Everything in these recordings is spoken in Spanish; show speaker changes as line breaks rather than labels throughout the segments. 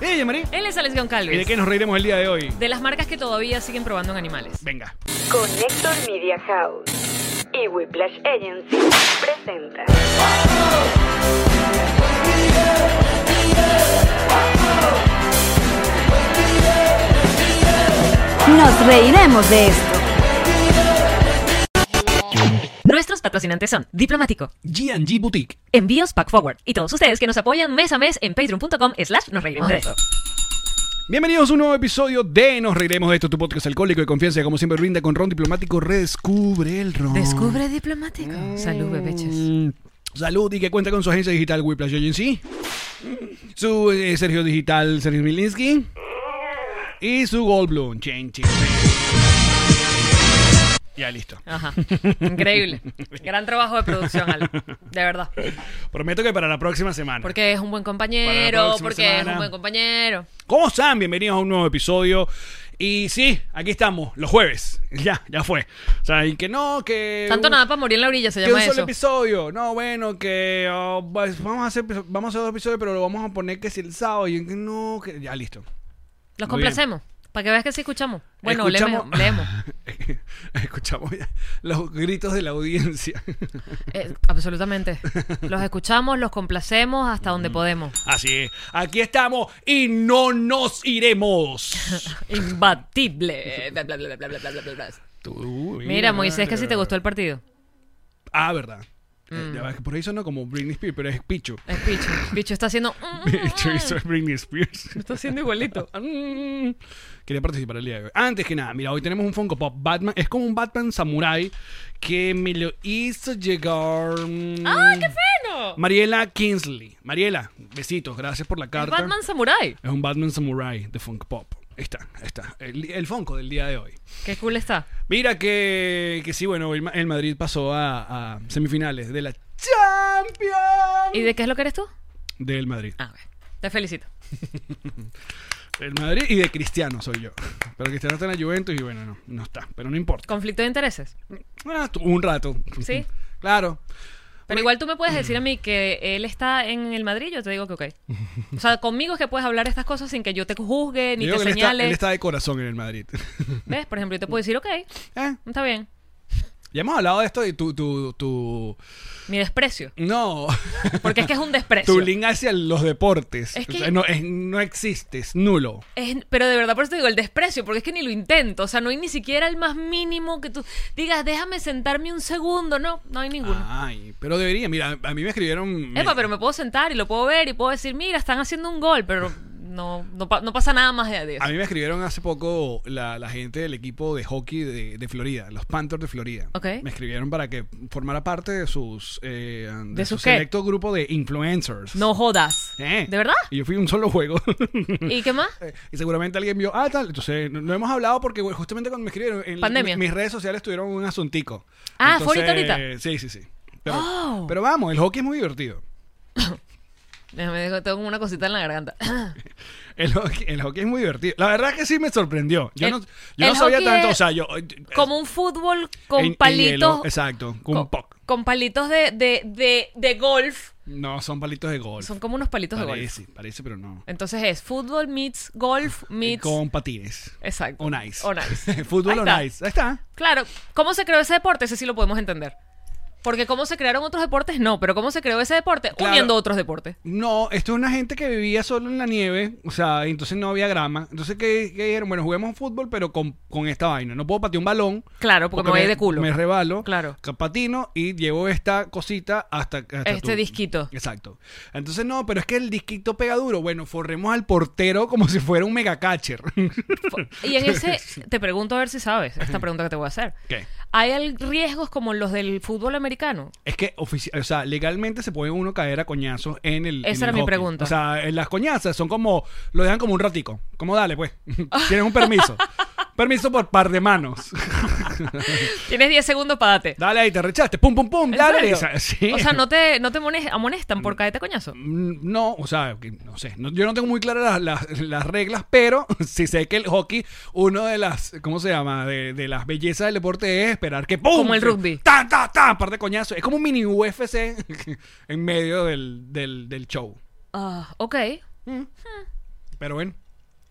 Y ella, Marí.
Él es Alex Goncalves.
¿Y de qué nos reiremos el día de hoy?
De las marcas que todavía siguen probando en animales.
Venga.
Connector Media House y Whiplash Agency presenta.
Nos reiremos de esto.
Nuestros patrocinantes son Diplomático,
G&G Boutique.
Envíos Pack Forward y todos ustedes que nos apoyan mes a mes en patreon.com slash nos reiremos de esto.
Bienvenidos a un nuevo episodio de Nos Reiremos de esto, tu podcast alcohólico de confianza, que como siempre brinda con ron diplomático, redescubre el ron.
Descubre Diplomático. Salud, bebeches.
Mm, Salud y que cuenta con su agencia digital Whiplash Agency, su eh, Sergio Digital Sergio Milinsky y su Goldblum Chain Ching. Ya listo.
Ajá. Increíble. Gran trabajo de producción, Ale. De verdad.
Prometo que para la próxima semana.
Porque es un buen
Para la
compañero,
próxima
porque es
semana.
un buen compañero.
¿Cómo están? Bienvenidos a un nuevo episodio. Y sí, aquí estamos, los jueves. Ya, ya fue. O sea, y que no, que.
Tanto
un-
nada para morir en la orilla se
Que un
llama
solo
eso.
episodio. No, bueno, que oh, pues, vamos a hacer episo- vamos a hacer dos episodios, pero lo vamos a poner que si el sábado y que no, que ya listo.
Los
Muy bien.
complacemos. Para que veas que sí escuchamos. Bueno,
Escuchamos-
leemos. leemos.
Escuchamos ya los gritos de la audiencia.
Eh, absolutamente. Los escuchamos, los complacemos hasta donde podemos.
Así es. Aquí estamos y no nos iremos.
Imbatible. Bla, bla, bla, bla, bla, bla, bla, bla, bla.
Tú,
Mira, Moisés, que si te gustó el Mm. partido.
Ah, verdad. Eh, ya ves que por ahí sonó como Britney Spears, pero es Picho.
Es bicho. Bicho está haciendo.
Picho hizo Britney Spears.
Está haciendo igualito.
Mm. Quería participar el día de hoy. Antes que nada, mira, hoy tenemos un Funko Pop Batman. Es como un Batman Samurai que me lo hizo llegar. mm,
¡Ah, qué feno!
Mariela Kingsley. Mariela, besitos, gracias por la carta.
Batman Samurai.
Es un Batman Samurai de Funko Pop. Ahí está, ahí está. El, el Funko del día de hoy.
Qué cool está.
Mira que, que sí, bueno, el, Ma- el Madrid pasó a, a semifinales de la Champions
¿Y de qué es lo que eres tú?
del Madrid.
Ah, bueno. Te felicito.
Del Madrid y de Cristiano soy yo. Pero Cristiano está en la Juventus y bueno, no, no está. Pero no importa.
Conflicto de intereses.
Ah, tu- un rato.
Sí.
Claro.
Pero igual tú me puedes decir a mí que él está en el Madrid, yo te digo que ok. O sea, conmigo es que puedes hablar estas cosas sin que yo te juzgue ni
Yo digo
te
que él está,
señale.
él está de corazón en el Madrid.
¿Ves? Por ejemplo, yo te puedo decir, ok,
Eh,
está bien.
Ya hemos hablado de esto y tu, tu, tu...
Mi desprecio.
No.
Porque es que es un desprecio.
tu link hacia los deportes.
Es que-
O sea, no, es- no existes, nulo.
Es- pero de verdad, por eso te digo el desprecio, porque es que ni lo intento. O sea, no hay ni siquiera el más mínimo que tú digas, déjame sentarme un segundo. No, no hay ninguno.
Ay, pero debería. Mira, a mí me escribieron...
Epa, pero me puedo sentar y lo puedo ver y puedo decir, mira, están haciendo un gol, pero no, no, pa- no pasa nada más de adiós.
A mí me escribieron hace poco la, la gente del equipo de hockey de, de Florida, los Panthers de Florida.
Ok.
Me escribieron para que formara parte de sus eh, de,
¿De
su
sus qué?
selecto grupo de influencers.
No jodas.
Eh.
¿De verdad?
Y yo fui a un solo juego.
¿Y qué más?
Eh, Y seguramente alguien vio, ah, tal. Entonces, no, no hemos hablado porque bueno, justamente cuando me escribieron, en
Pandemia.
mi- mis redes sociales tuvieron un asuntico.
Ah, ¿fue ahorita,
Entonces,
ahorita?
Sí, sí, sí. Pero,
Oh.
pero vamos, el hockey es muy divertido.
Déjame, digo, tengo una cosita en la garganta.
El hockey, el hockey es muy divertido. La verdad es que sí me sorprendió. Yo
El-
no, yo
el
no sabía
hockey
tanto,
es
o sea, yo...
Como un fútbol con
en- en hielo,
palitos.
exacto, con
con,
un poc.
con palitos de, de, de, de golf.
No, son palitos de golf.
Son como unos palitos de golf.
parece, parece, pero no.
Entonces es fútbol meets golf meets.
Con patines.
Exacto.
O nice.
On ice. Ahí
Fútbol
está.
o nice. Ahí está.
Claro, ¿cómo se creó ese deporte? Ese sí lo podemos entender. Porque cómo se crearon otros deportes, no. Pero cómo se creó ese deporte
Claro.
uniendo otros deportes.
No, esto es una gente que vivía solo en la nieve, o sea, entonces no había grama. Entonces, ¿qué, qué dijeron? Bueno, juguemos fútbol, pero con, con esta vaina. No puedo patear un balón.
Claro, porque, me voy de culo.
Me rebalo.
Claro.
ca- Patino y llevo esta cosita hasta. hasta
Este disquito.
Exacto. Entonces, no, pero es que el disquito pega duro. Bueno, forremos al portero como si fuera un mega catcher.
Y en ese, te pregunto a ver si sabes esta pregunta que te voy a hacer.
¿Qué?
¿Hay al- riesgos como los del fútbol americano?
Es que, ofici- o sea, legalmente se puede uno caer a coñazos en el.
Esa
en el
era mi
hockey.
pregunta.
O sea, en las coñazas son como. Lo dejan como un ratico. Como dale, pues. Tienes un permiso. permiso por par de manos.
Tienes 10 segundos para date.
dale ahí, te rechaste. Pum, pum, pum.
¿En
Dale.
serio?
O sea, sí.
O sea, no te, no te mones- amonestan por caerte a coñazo.
Mm, No, o sea, que no sé. No- yo no tengo muy claras las, las- las reglas, pero sí sé que el hockey, uno de las, ¿cómo se llama? De, de las bellezas del deporte es esperar que ¡pum!
Como el rugby.
¡Tan, tan, tan! Par de coñazos. Es como un mini UFC en medio del, del, del show.
Ah, ok.
Pero bueno.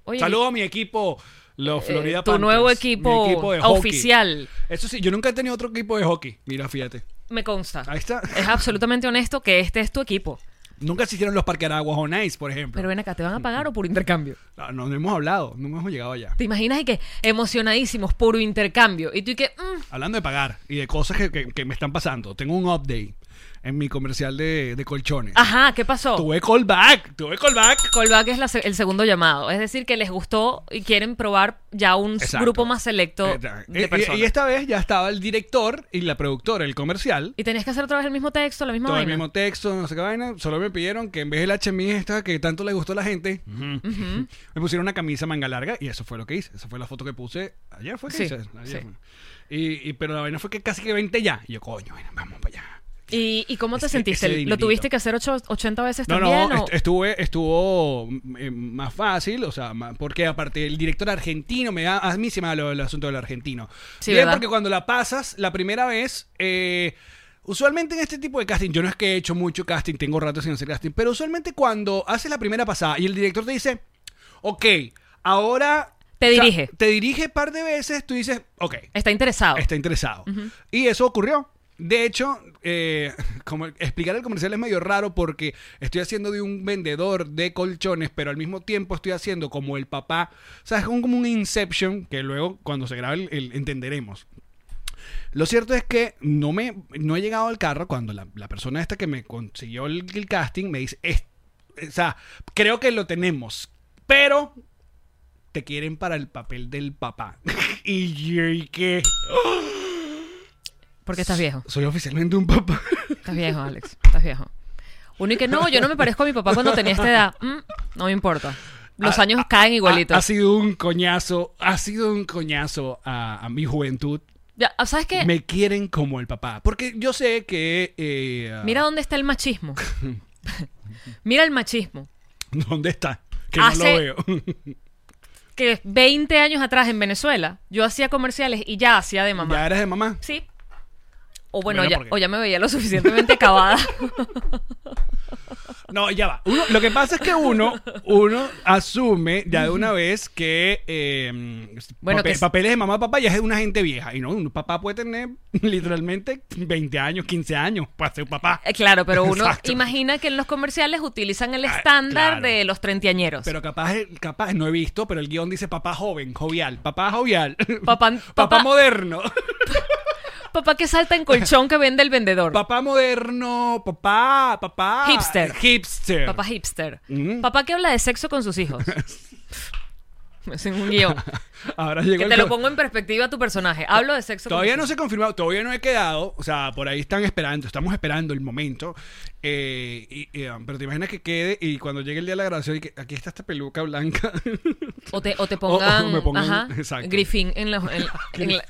Oye,
Saludo a mi equipo, los
eh,
Florida
tu
Panthers.
nuevo
Mi
equipo,
de hockey.
oficial.
Eso sí, yo nunca he tenido otro equipo de hockey. Mira, fíjate.
Me consta.
Ahí está.
Es absolutamente honesto que este es tu equipo.
Nunca existieron los Parque Araguas o Nice, por ejemplo. Ah,
Pero ven acá, ¿te van a pagar o por intercambio?
No, no hemos hablado, no hemos llegado allá.
¿Te imaginas y que emocionadísimos por intercambio? Y tú y que, mm,
Hablando de pagar y de cosas que, que- que me están pasando, tengo un update en mi comercial de, de colchones.
ajá, ¿qué pasó?
Tuve callback, tuve callback.
Callback es la se- el segundo llamado. Es decir, que les gustó y quieren probar ya un s-
Exacto. Eh,
grupo más selecto
Exacto. Y-
de
y-
personas.
Y,
Y,
esta vez ya estaba el director y la productora, el comercial.
tenías que hacer otra vez el mismo texto, la misma
todo
vaina.
el mismo texto, no sé qué vaina. Solo me pidieron que en vez del HMI esta que tanto le gustó a la gente, me pusieron una camisa manga larga y eso fue lo que hice. Esa fue la foto que puse ayer, fue que
Sí,
hice. Ayer
sí.
fue. Y, y- pero la vaina fue que casi que 20 ya. Y yo, coño, bueno, vamos para allá.
¿Y, y cómo te
Ese-
sentiste?
ese
¿Lo
dinerito.
tuviste que hacer ocho- 80 veces
No, este-
también?
no,
o-
est- estuve, estuvo eh, más fácil, o sea, ma- porque aparte el director argentino me da, a mí se me da lo- el asunto del argentino.
Sí,
Bien,
¿verdad?
porque cuando la pasas la primera vez, eh, usualmente en este tipo de casting, yo no es que he hecho mucho casting, tengo rato sin hacer casting, pero usualmente cuando haces la primera pasada y el director te dice, ok, ahora...
Te
o sea,
dirige.
te dirige un par de veces, tú dices, ok,
Está interesado.
está interesado. Y eso ocurrió. De hecho, eh, como explicar el comercial es medio raro porque estoy haciendo de un vendedor de colchones, pero al mismo tiempo estoy haciendo como el papá. O sea, es como un Inception que luego cuando se grabe el- el entenderemos. Lo cierto es que no me no he llegado al carro cuando la, la persona esta que me consiguió el, el casting me dice, "Es- o sea, creo que lo tenemos, pero te quieren para el papel del papá. y yo, ¿y qué?
Porque estás viejo.
Soy oficialmente un papá.
Estás viejo, Alex. Estás viejo. Uno y que no, yo no me parezco a mi papá cuando tenía esta edad. Mm, no me importa. Los
Ha-
años
ha-
caen igualitos.
Ha, ha sido un coñazo, ha sido un coñazo a, a mi juventud.
Ya, ah, ¿Sabes qué?
Me quieren como el papá. Porque yo sé que... eh,
Mira dónde está el machismo. Mira el machismo.
¿Dónde está? Que no
Hace-
lo veo.
Que 20 años atrás en Venezuela, yo hacía comerciales y ya hacía de mamá.
¿Ya eres de mamá?
Sí. O bueno,
Bueno,
ya,
porque-
o ya me veía lo suficientemente acabada.
No, ya va. Uno- lo que pasa es que uno, uno asume ya de una vez que, eh,
Bueno,
papel-
que-
papeles de mamá papá ya es de una gente vieja. Y no, un papá puede tener literalmente 20 años, 15 años para ser papá.
Eh, claro, pero uno
Exacto.
imagina que en los comerciales utilizan el
Ah,
estándar
claro.
de los treintañeros.
Pero capaz, capaz, no he visto, pero el guión dice papá joven, jovial, papá jovial,
Papá- papá-
papá moderno,
Papá que salta en colchón que vende el vendedor.
papá moderno, papá, papá.
Hipster.
Hipster.
Papá hipster.
Mm.
Papá que habla de sexo con sus hijos. es un guión.
Ahora llegó
Que
el
te lo
co-
pongo en perspectiva a tu personaje. Hablo de sexo
Todavía
con
no
tus
se ha confirmado, todavía no he quedado. O sea, por ahí están esperando, estamos esperando el momento. eh, y- y, um, pero te imaginas que quede y cuando llegue el día de la grabación, y que aquí está esta peluca blanca.
hijos. O te, o te
o- o
pongan,
Oh, me pongan-
ajá,
exacto.
Griffin en los... en- en la-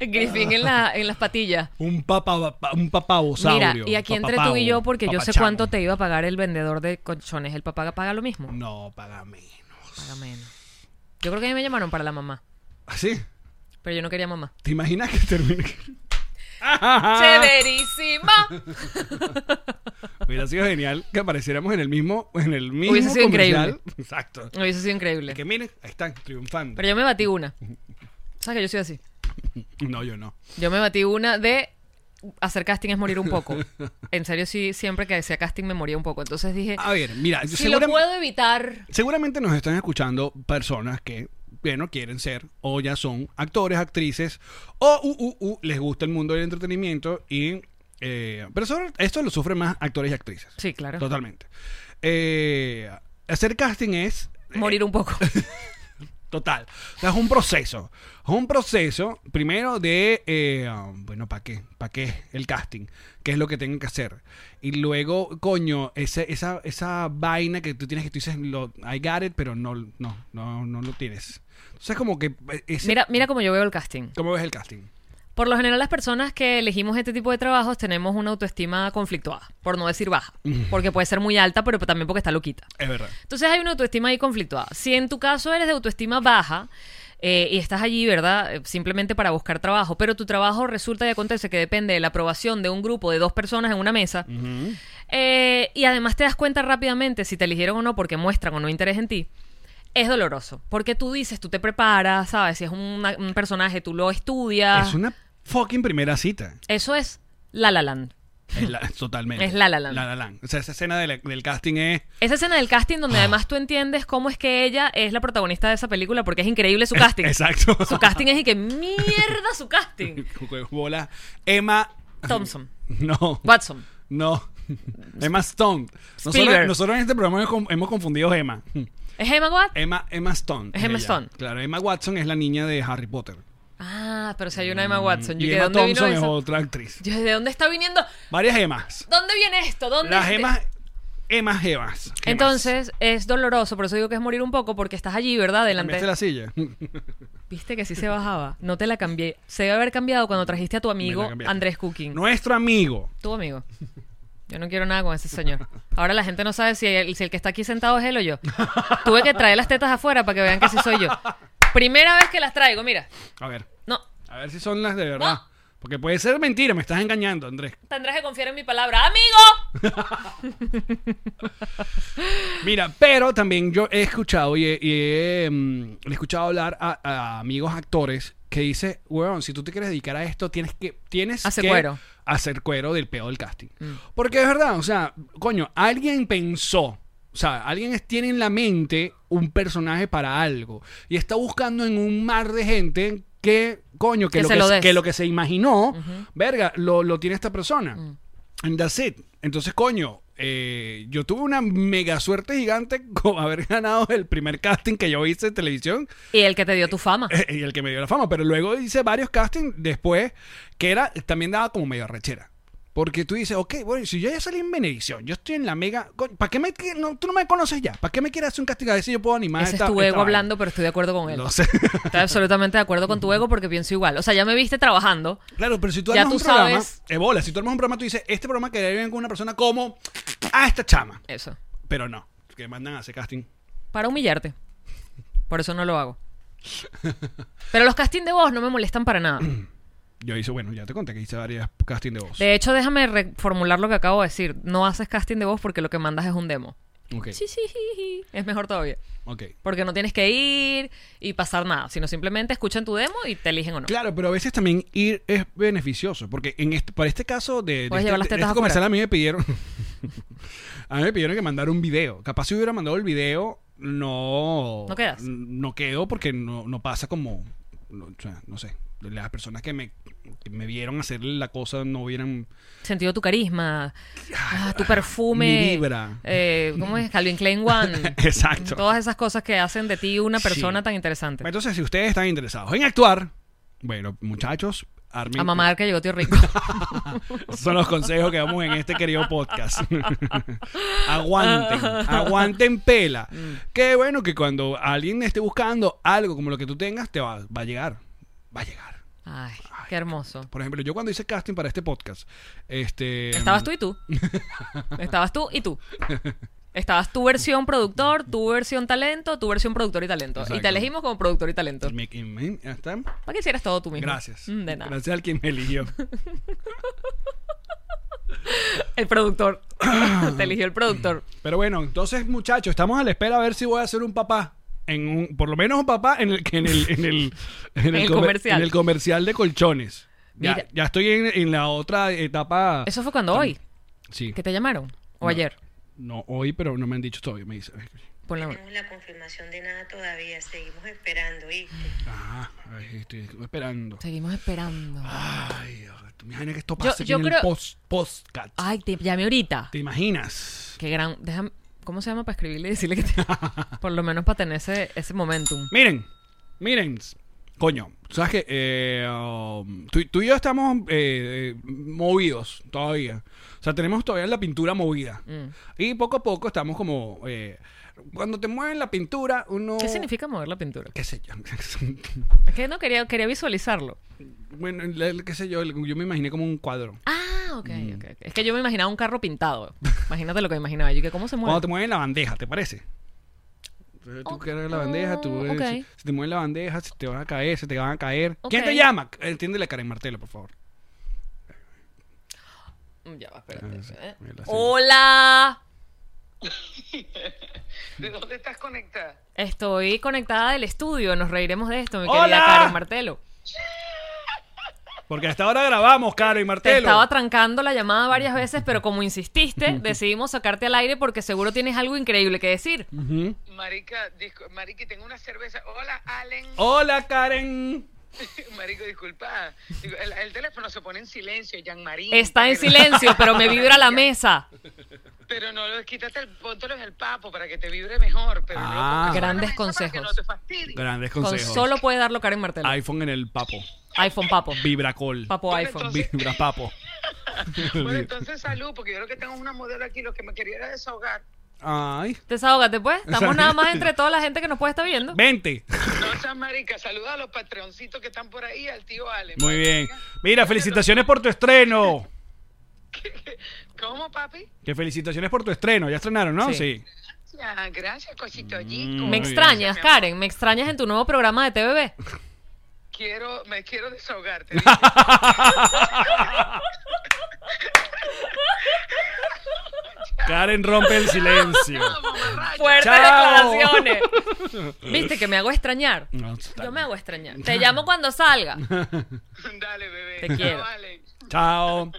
Griffin en, la- en las patillas.
un papá, un papabosaurio.
Mira, y aquí entre tú y yo, porque yo sé cuánto te iba a pagar el vendedor de colchones. ¿El papá paga lo mismo?
No, paga menos.
Paga menos. Yo creo que a mí me llamaron para la mamá,
¿Así?
pero yo no quería mamá.
¿Te imaginas que termine? Ah.
¡Severísima!
Hubiera sido genial que apareciéramos en el mismo, en el mismo
Hubiese sido
comercial.
increíble.
Exacto.
Hubiese sido increíble.
Y que miren, ahí están, triunfando.
Pero yo me batí una. ¿Sabes que yo soy así?
No, yo no.
Yo me batí una de hacer casting es morir un poco. En serio, sí, siempre que hacía casting me moría un poco. Entonces dije,
A ver, mira, yo
si lo
seguramente-
puedo evitar.
Seguramente nos están escuchando personas que, bueno, quieren ser o ya son actores, actrices, o uh, uh, uh, les gusta el mundo del entretenimiento y... eh, pero sobre- esto lo sufren más actores y actrices.
Sí, claro.
Totalmente. Eh, hacer casting es... eh,
Morir un poco.
Total. O sea, es un proceso. Es un proceso, primero, de, eh, ah, bueno, ¿para qué? ¿Para qué el casting? ¿Qué es lo que tengo que hacer? Y luego, coño, ese- esa, esa vaina que tú tienes que tú dices, lo, I got it, pero no, no, no, no lo tienes. Entonces, como que... eh, ese-
Mira, mira cómo yo veo el casting.
¿Cómo ves el casting?
Por lo general, las personas que elegimos este tipo de trabajos tenemos una autoestima conflictuada, por no decir baja,
Mm.
porque puede ser muy alta, pero también porque está loquita.
Es verdad.
Entonces hay una autoestima ahí conflictuada. Si en tu caso eres de autoestima baja, eh, y estás allí, ¿verdad? Eh, Simplemente para buscar trabajo, pero tu trabajo resulta y acontece que depende de la aprobación de un grupo de dos personas en una mesa.
Mm.
Eh, y además te das cuenta rápidamente si te eligieron o no porque muestran o no interés en ti. Es doloroso, porque tú dices, tú te preparas, ¿sabes? Si es una- un personaje, tú lo estudias.
Es una fucking primera cita.
Eso es La La Land.
Es la- totalmente.
Es La La Land.
O sea, esa escena de la- del casting es.
Esa escena del casting donde además tú entiendes cómo es que ella es la protagonista de esa película porque es increíble su casting.
Exacto.
Su casting es y que mierda su casting.
Bola. Emma.
Thompson.
No.
Watson.
No. Emma Stone. Nosotros,
Spielberg.
nosotros en este programa hemos con- hemos confundido Emma.
¿Es Emma Watt?
Emma, Emma Stone.
Es Emma
ella.
Stone.
Claro, Emma Watson es la niña de Harry Potter.
Ah, pero si hay una Emma Watson. Yo
Mm, Y
que, ¿De
Emma
dónde
Thompson
vino
es
eso?
otra actriz.
Yo, ¿de dónde está viniendo?
Varias Emas.
¿Dónde viene esto? ¿Dónde
Las
de-
Emas. Emas, Emas.
Entonces, es doloroso, por eso digo que es morir un poco, porque estás allí, ¿verdad? Delante.
¿Cambiaste la silla?
Viste que sí se bajaba. No te la cambié. Se debe haber cambiado cuando trajiste a tu
Me la
amigo
cambiaste.
Andrés Cooking.
Nuestro amigo.
Tu amigo. Yo no quiero nada con ese señor. Ahora la gente no sabe si el, si el que está aquí sentado es él o yo. Tuve que traer las tetas afuera para que vean que sí soy yo. Primera vez que las traigo, mira.
A ver.
No,
A ver si son las de verdad.
No.
Porque puede ser mentira, me estás engañando, Andrés.
tendrás que confiar en mi palabra. ¡Amigo!
Mira, pero también yo he escuchado y he, y he, mm, he escuchado hablar a, a amigos actores que dice, weón, si tú te quieres dedicar a esto, tienes que... Tienes
Hacer
que
cuero. Mm.
Hacer cuero del peo del casting. Porque es verdad, o sea, coño, alguien pensó, o sea, alguien es- tiene en la mente un personaje para algo y está buscando en un mar de gente que, coño, que,
Que
lo,
se
que,
lo
se-
des.
que lo que se imaginó, verga, lo, lo tiene esta persona.
Mm.
And that's it. Entonces, coño, eh, yo tuve una mega suerte gigante con haber ganado el primer casting que yo hice en televisión
Y el que te dio tu fama.
eh, y el que me dio la fama. Pero luego hice varios castings después que era también daba como medio rechera. Porque tú dices, ok, bueno, si yo ya salí en Benedicción, yo estoy en la mega. co- ¿Para qué me.? que- No, tú no me conoces ya. ¿Para qué me quieres hacer un casting a ver si yo puedo animar
Ese
esta-
es tu
esta
ego
vaina?
hablando, pero estoy de acuerdo con él.
Lo sé.
Estoy absolutamente de acuerdo con tu ego porque pienso igual. O sea, ya me viste trabajando.
Claro, pero si tú
Ya
armas
tú
un programa,
sabes.
ebola, si tú armas un programa, tú dices, este programa quedaría bien con una persona como a esta chama.
Eso.
Pero no, que mandan a hacer casting.
Para humillarte. Por eso no lo hago. Pero los castings de voz no me molestan para nada.
Yo hice, bueno, ya te conté que hice varias casting de voz.
De hecho, déjame reformular lo que acabo de decir. No haces casting de voz porque lo que mandas es un demo.
Ok,
Sí, sí, sí, sí. Es mejor todavía.
ok.
Porque no tienes que ir y pasar nada, sino simplemente escuchan tu demo y te eligen o no.
Claro, pero a veces también ir es beneficioso, porque en este, para este caso de, de
Puedes
este,
llevar las
de
tetas
este comercial
afuera.
a mí me pidieron, a mí me pidieron que mandara un video. Capaz si hubiera mandado el video, no,
No quedas.
no quedo porque no, no pasa como, no, o sea, no sé, las personas que me, que me vieron hacer la cosa no hubieran,
Sentido tu carisma, ah, tu perfume.
mi vibra.
eh, ¿Cómo es? Calvin Klein One.
Exacto.
Todas esas cosas que hacen de ti una
Sí.
persona tan interesante.
Entonces, si ustedes están interesados en actuar, bueno, muchachos, armen.
A mamar que llegó tío rico.
Son los consejos que damos en este querido podcast. aguanten,
Ah.
aguanten pela.
Mm.
Qué bueno que cuando alguien esté buscando algo como lo que tú tengas, te va, va a llegar. Va a llegar.
Ay, qué hermoso.
Por ejemplo, yo cuando hice casting para este podcast, este.
Estabas tú y tú. Estabas tú y tú. Estabas tu versión productor, tu versión talento, tu versión productor y talento. Y
Exacto.
te elegimos como productor y talento.
Me- me- ya está.
¿Para que hicieras todo tú mismo?
Gracias.
Mm, De nada.
Gracias al quien me eligió.
El productor. te eligió el productor.
Pero bueno, entonces, muchachos, estamos a la espera a ver si voy a ser un papá. En un, por lo menos un papá en el, que en el, en el, en
el
comer-
comercial.
en el comercial de colchones. Ya,
Mira.
ya estoy en, en la otra etapa.
Eso fue cuando hoy,
Sí.
que te llamaron. O
No.
ayer.
No, hoy, pero no me han dicho todavía. Me dice.
Pon la-
tenemos la confirmación de nada todavía, seguimos esperando, ¿viste?
Ah, ay, estoy esperando.
Seguimos esperando.
Ay, Dios, ¿te imaginas que esto
Yo-
pase aquí
yo
en el
creo- Ah.
post, postcat?
Ay, te llamé ahorita.
¿Te imaginas?
Qué gran. Déjame. ¿Cómo se llama para escribirle y decirle que te... Por lo menos para tener ese, ese momentum.
Miren, miren. Coño, sabes que eh, um, tú, tú y yo estamos eh, eh, movidos todavía. O sea, tenemos todavía la pintura movida.
Mm.
Y poco a poco estamos como... eh, cuando te mueven la pintura, uno...
¿Qué significa mover la pintura?
¿Qué sé yo?
Es que no quería, quería visualizarlo.
bueno, el- qué sé yo, el- yo me imaginé como un cuadro.
Ah, ok, ok. ok. Es que yo me imaginaba un carro pintado. Imagínate lo que me imaginaba. Yo que cómo se
Cuando
mueve.
te mueven la bandeja, ¿te parece? Entonces, Eh, Tú
Ok,
quieres la bandeja, tú eh,
ok.
si, si te mueven la bandeja, si te van a caer, si te van a caer.
Ok.
¿Quién te llama? Entiéndele a Karen Martelo, por favor.
Mm, Ya va, espérate.
Ah, sí,
eh.
mira, sí.
Hola.
¿De dónde estás conectada?
Estoy conectada del estudio. Nos reiremos de esto, mi
Hola.
querida Karen Martelo.
Porque hasta ahora grabamos, Karen
Te
Martelo.
estaba trancando la llamada varias veces, pero como insististe, decidimos sacarte al aire porque seguro tienes algo increíble que decir.
Ujú.
Marica, disco, Marica, tengo una cerveza. Hola, Allen.
Oh.
Hola, Karen.
Marico, disculpa. Digo, El, el teléfono se pone en silencio, Jean Marín.
Está en silencio, pero me vibra la mesa.
Pero no, lo- quítate el, póntelo en el papo para que te vibre mejor. Pero no lo
Ah.
pongas en la
Grandes
mesa para que
consejos.
no te fastidies.
Grandes
Con
consejos.
solo puede darlo Karen Martelo.
iPhone en el papo.
iPhone papo.
Vibracol.
Papo
Bueno,
iPhone.
entonces-
Vibra papo.
Bueno, entonces salud, porque yo creo que tengo una modelo aquí, lo que me quería era desahogar.
Ay.
Desahógate pues. Estamos nada más entre toda la gente que nos puede estar viendo.
Vente.
No seas marica, saluda a los patreoncitos que están por ahí, al tío Allen.
Muy bien.
Marica.
Mira, felicitaciones por tu estreno.
¿Cómo, papi?
Que felicitaciones por tu estreno. Ya estrenaron, ¿no? Sí.
Sí.
Gracias, gracias,
Mm,
cosito
Me
Muy bien.
extrañas, Karen. Me extrañas en tu nuevo programa de TVB.
Quiero, me quiero desahogarte.
Karen rompe el silencio.
Fuertes
Chao.
declaraciones. Viste que me hago extrañar.
No, está
Yo me
bien.
hago extrañar. Te llamo cuando salga.
Dale, bebé.
Te
Chao,
quiero.
Allen.
Chao.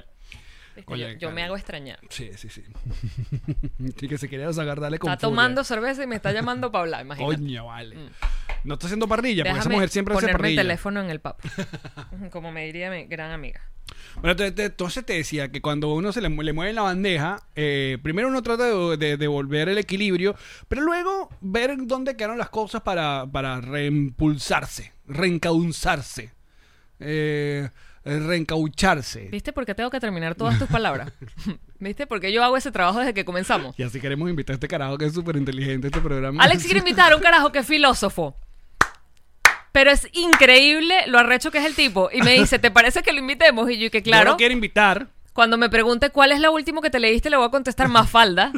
Viste,
Oye,
yo- yo
Karen.
me hago extrañar.
Sí, sí, sí. Sí, que se quería desagar, dale con
Está
furia.
tomando cerveza y me está llamando para hablar, imagínate. Mm.
Coño, vale. No está haciendo parrilla, porque esa
Déjame
mujer siempre hace
ponerme el
parrilla.
teléfono en el papo. Como me diría mi gran amiga.
Bueno, te- te- entonces te decía que cuando uno se le, mu- le mueve la bandeja, eh, primero uno trata de, de- de volver el equilibrio, pero luego ver dónde quedaron las cosas para, para reimpulsarse, reencauzarse, eh, reencaucharse.
¿Viste por qué tengo que terminar todas tus palabras? ¿Viste por qué yo hago ese trabajo desde que comenzamos?
Y así queremos invitar a este carajo que es súper inteligente este programa.
Alex quiere invitar a un carajo que es filósofo. Pero es increíble lo arrecho que es el tipo. Y me dice, ¿te parece que lo invitemos? Y yo, que
Yo
claro.
lo quiero invitar.
Cuando me pregunte cuál es la última que te leíste, le voy a contestar más falda.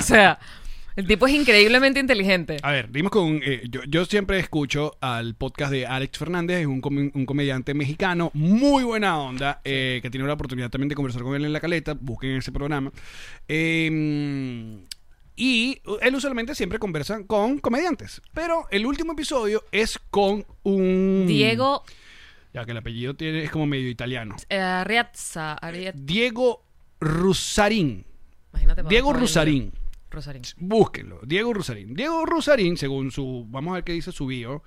O sea, el tipo es increíblemente inteligente.
A ver, dimos con. eh, yo, yo siempre escucho al podcast de Alex Fernández, es un, com- un comediante mexicano, muy buena onda, eh, que tiene la oportunidad también de conversar con él en la caleta. Busquen ese programa. Eh, y él usualmente siempre conversa con comediantes. Pero el último episodio es con un.
Diego
Ya que el apellido tiene, es como medio italiano.
eh, Ariazza. Ariazza.
Diego Rusarín.
Imagínate cuando
Diego
estaba
Rusarín.
en- Rosarín.
Búsquenlo. Diego Rusarín. Diego Rusarín, según su. Vamos a ver qué dice su bio.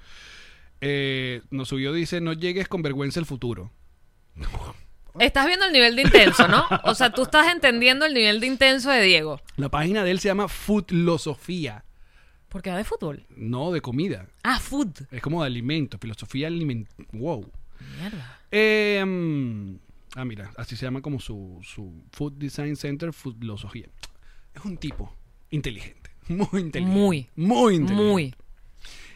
Eh, no, su bio dice: No llegues con vergüenza al futuro.
Estás viendo el nivel de intenso, ¿no? O sea, tú estás entendiendo el nivel de intenso de Diego.
La página de él se llama Footlosofía.
Porque va de fútbol.
No de comida.
Ah, food.
Es como de alimento. Filosofía aliment. Wow.
Mierda.
Eh, mm, ah, mira. Así se llama como su, su Food Design Center Footlosofía. Es un tipo inteligente. Muy inteligente.
Muy.
Muy inteligente.
Muy.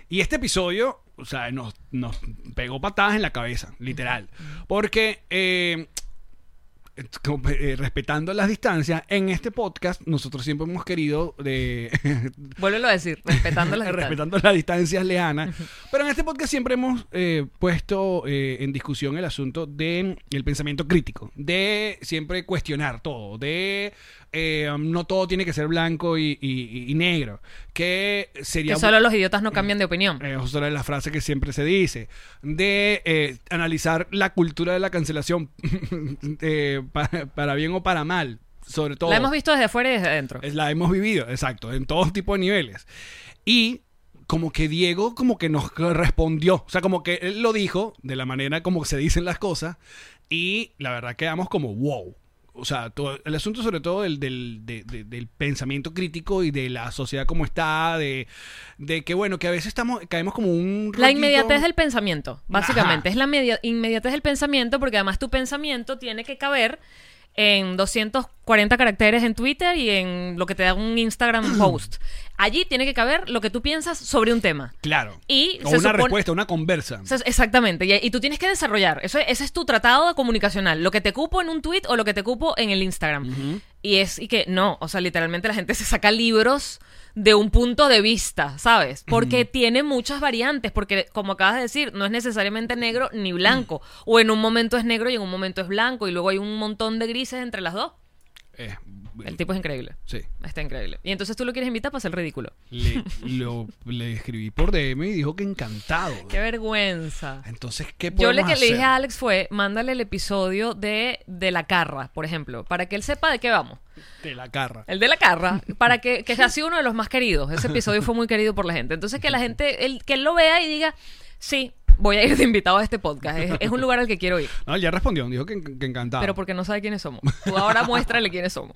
Y este episodio, o sea, nos, nos pegó patadas en la cabeza, literal. Porque, eh, como, eh, respetando las distancias, en este podcast nosotros siempre hemos querido, de,
Vuélvelo a decir, respetando las distancias.
respetando las distancias lejanas, pero en este podcast siempre hemos eh, puesto eh, en discusión el asunto del pensamiento crítico, de siempre cuestionar todo, de eh, no todo tiene que ser blanco y, y- y negro, que sería...
Que solo los idiotas no cambian de opinión.
Eh, es otra de las frases que siempre se dice. De eh, analizar la cultura de la cancelación eh, pa- para, bien o para mal. Sobre todo.
La hemos visto desde afuera y desde adentro.
Es- La hemos vivido, exacto. En todo tipo de niveles. Y como que Diego como que nos respondió. O sea, como que él lo dijo de la manera como se dicen las cosas. Y la verdad quedamos como wow. O sea, todo- el asunto sobre todo del, del, de- de- del pensamiento crítico y de la sociedad como está, de, de que bueno, que a veces estamos, caemos como un...
La
rollito-
inmediatez del pensamiento, básicamente.
Ajá.
Es la media- inmediatez del pensamiento porque además tu pensamiento tiene que caber en 240 caracteres en Twitter y en lo que te da un Instagram post. allí tiene que caber lo que tú piensas sobre un tema.
Claro.
Y
o
se
una
supone-
respuesta, una conversa.
O sea, Exactamente, y, y tú tienes que desarrollar. Eso, ese es tu tratado comunicacional. Lo que te cupo en un tweet o lo que te cupo en el Instagram. Y es y que no, o sea, literalmente la gente se saca libros de un punto de vista, ¿sabes? Porque tiene muchas variantes, porque como acabas de decir, no es necesariamente negro ni blanco. O en un momento es negro y en un momento es blanco, y luego hay un montón de grises entre las dos.
Eh,
El tipo es increíble.
Sí.
Está increíble. Y entonces tú lo quieres invitar para hacer el ridículo.
Le, lo- le escribí por DM y dijo que encantado.
Qué vergüenza.
Entonces, ¿qué
Yo
podemos
le, que le dije
hacer?
a Alex fue, mándale el episodio de, de la carra, por ejemplo, para que él sepa de qué vamos.
Te la carra.
El de la carra, para que, que ha sido uno de los más queridos. Ese episodio fue muy querido por la gente. Entonces que la gente, él, que él lo vea y diga, sí, voy a ir de invitado a este podcast. Es, es un lugar al que quiero ir.
No, ya respondió, dijo que, que encantado.
Pero porque no sabe quiénes somos. Tú ahora muéstrale quiénes somos.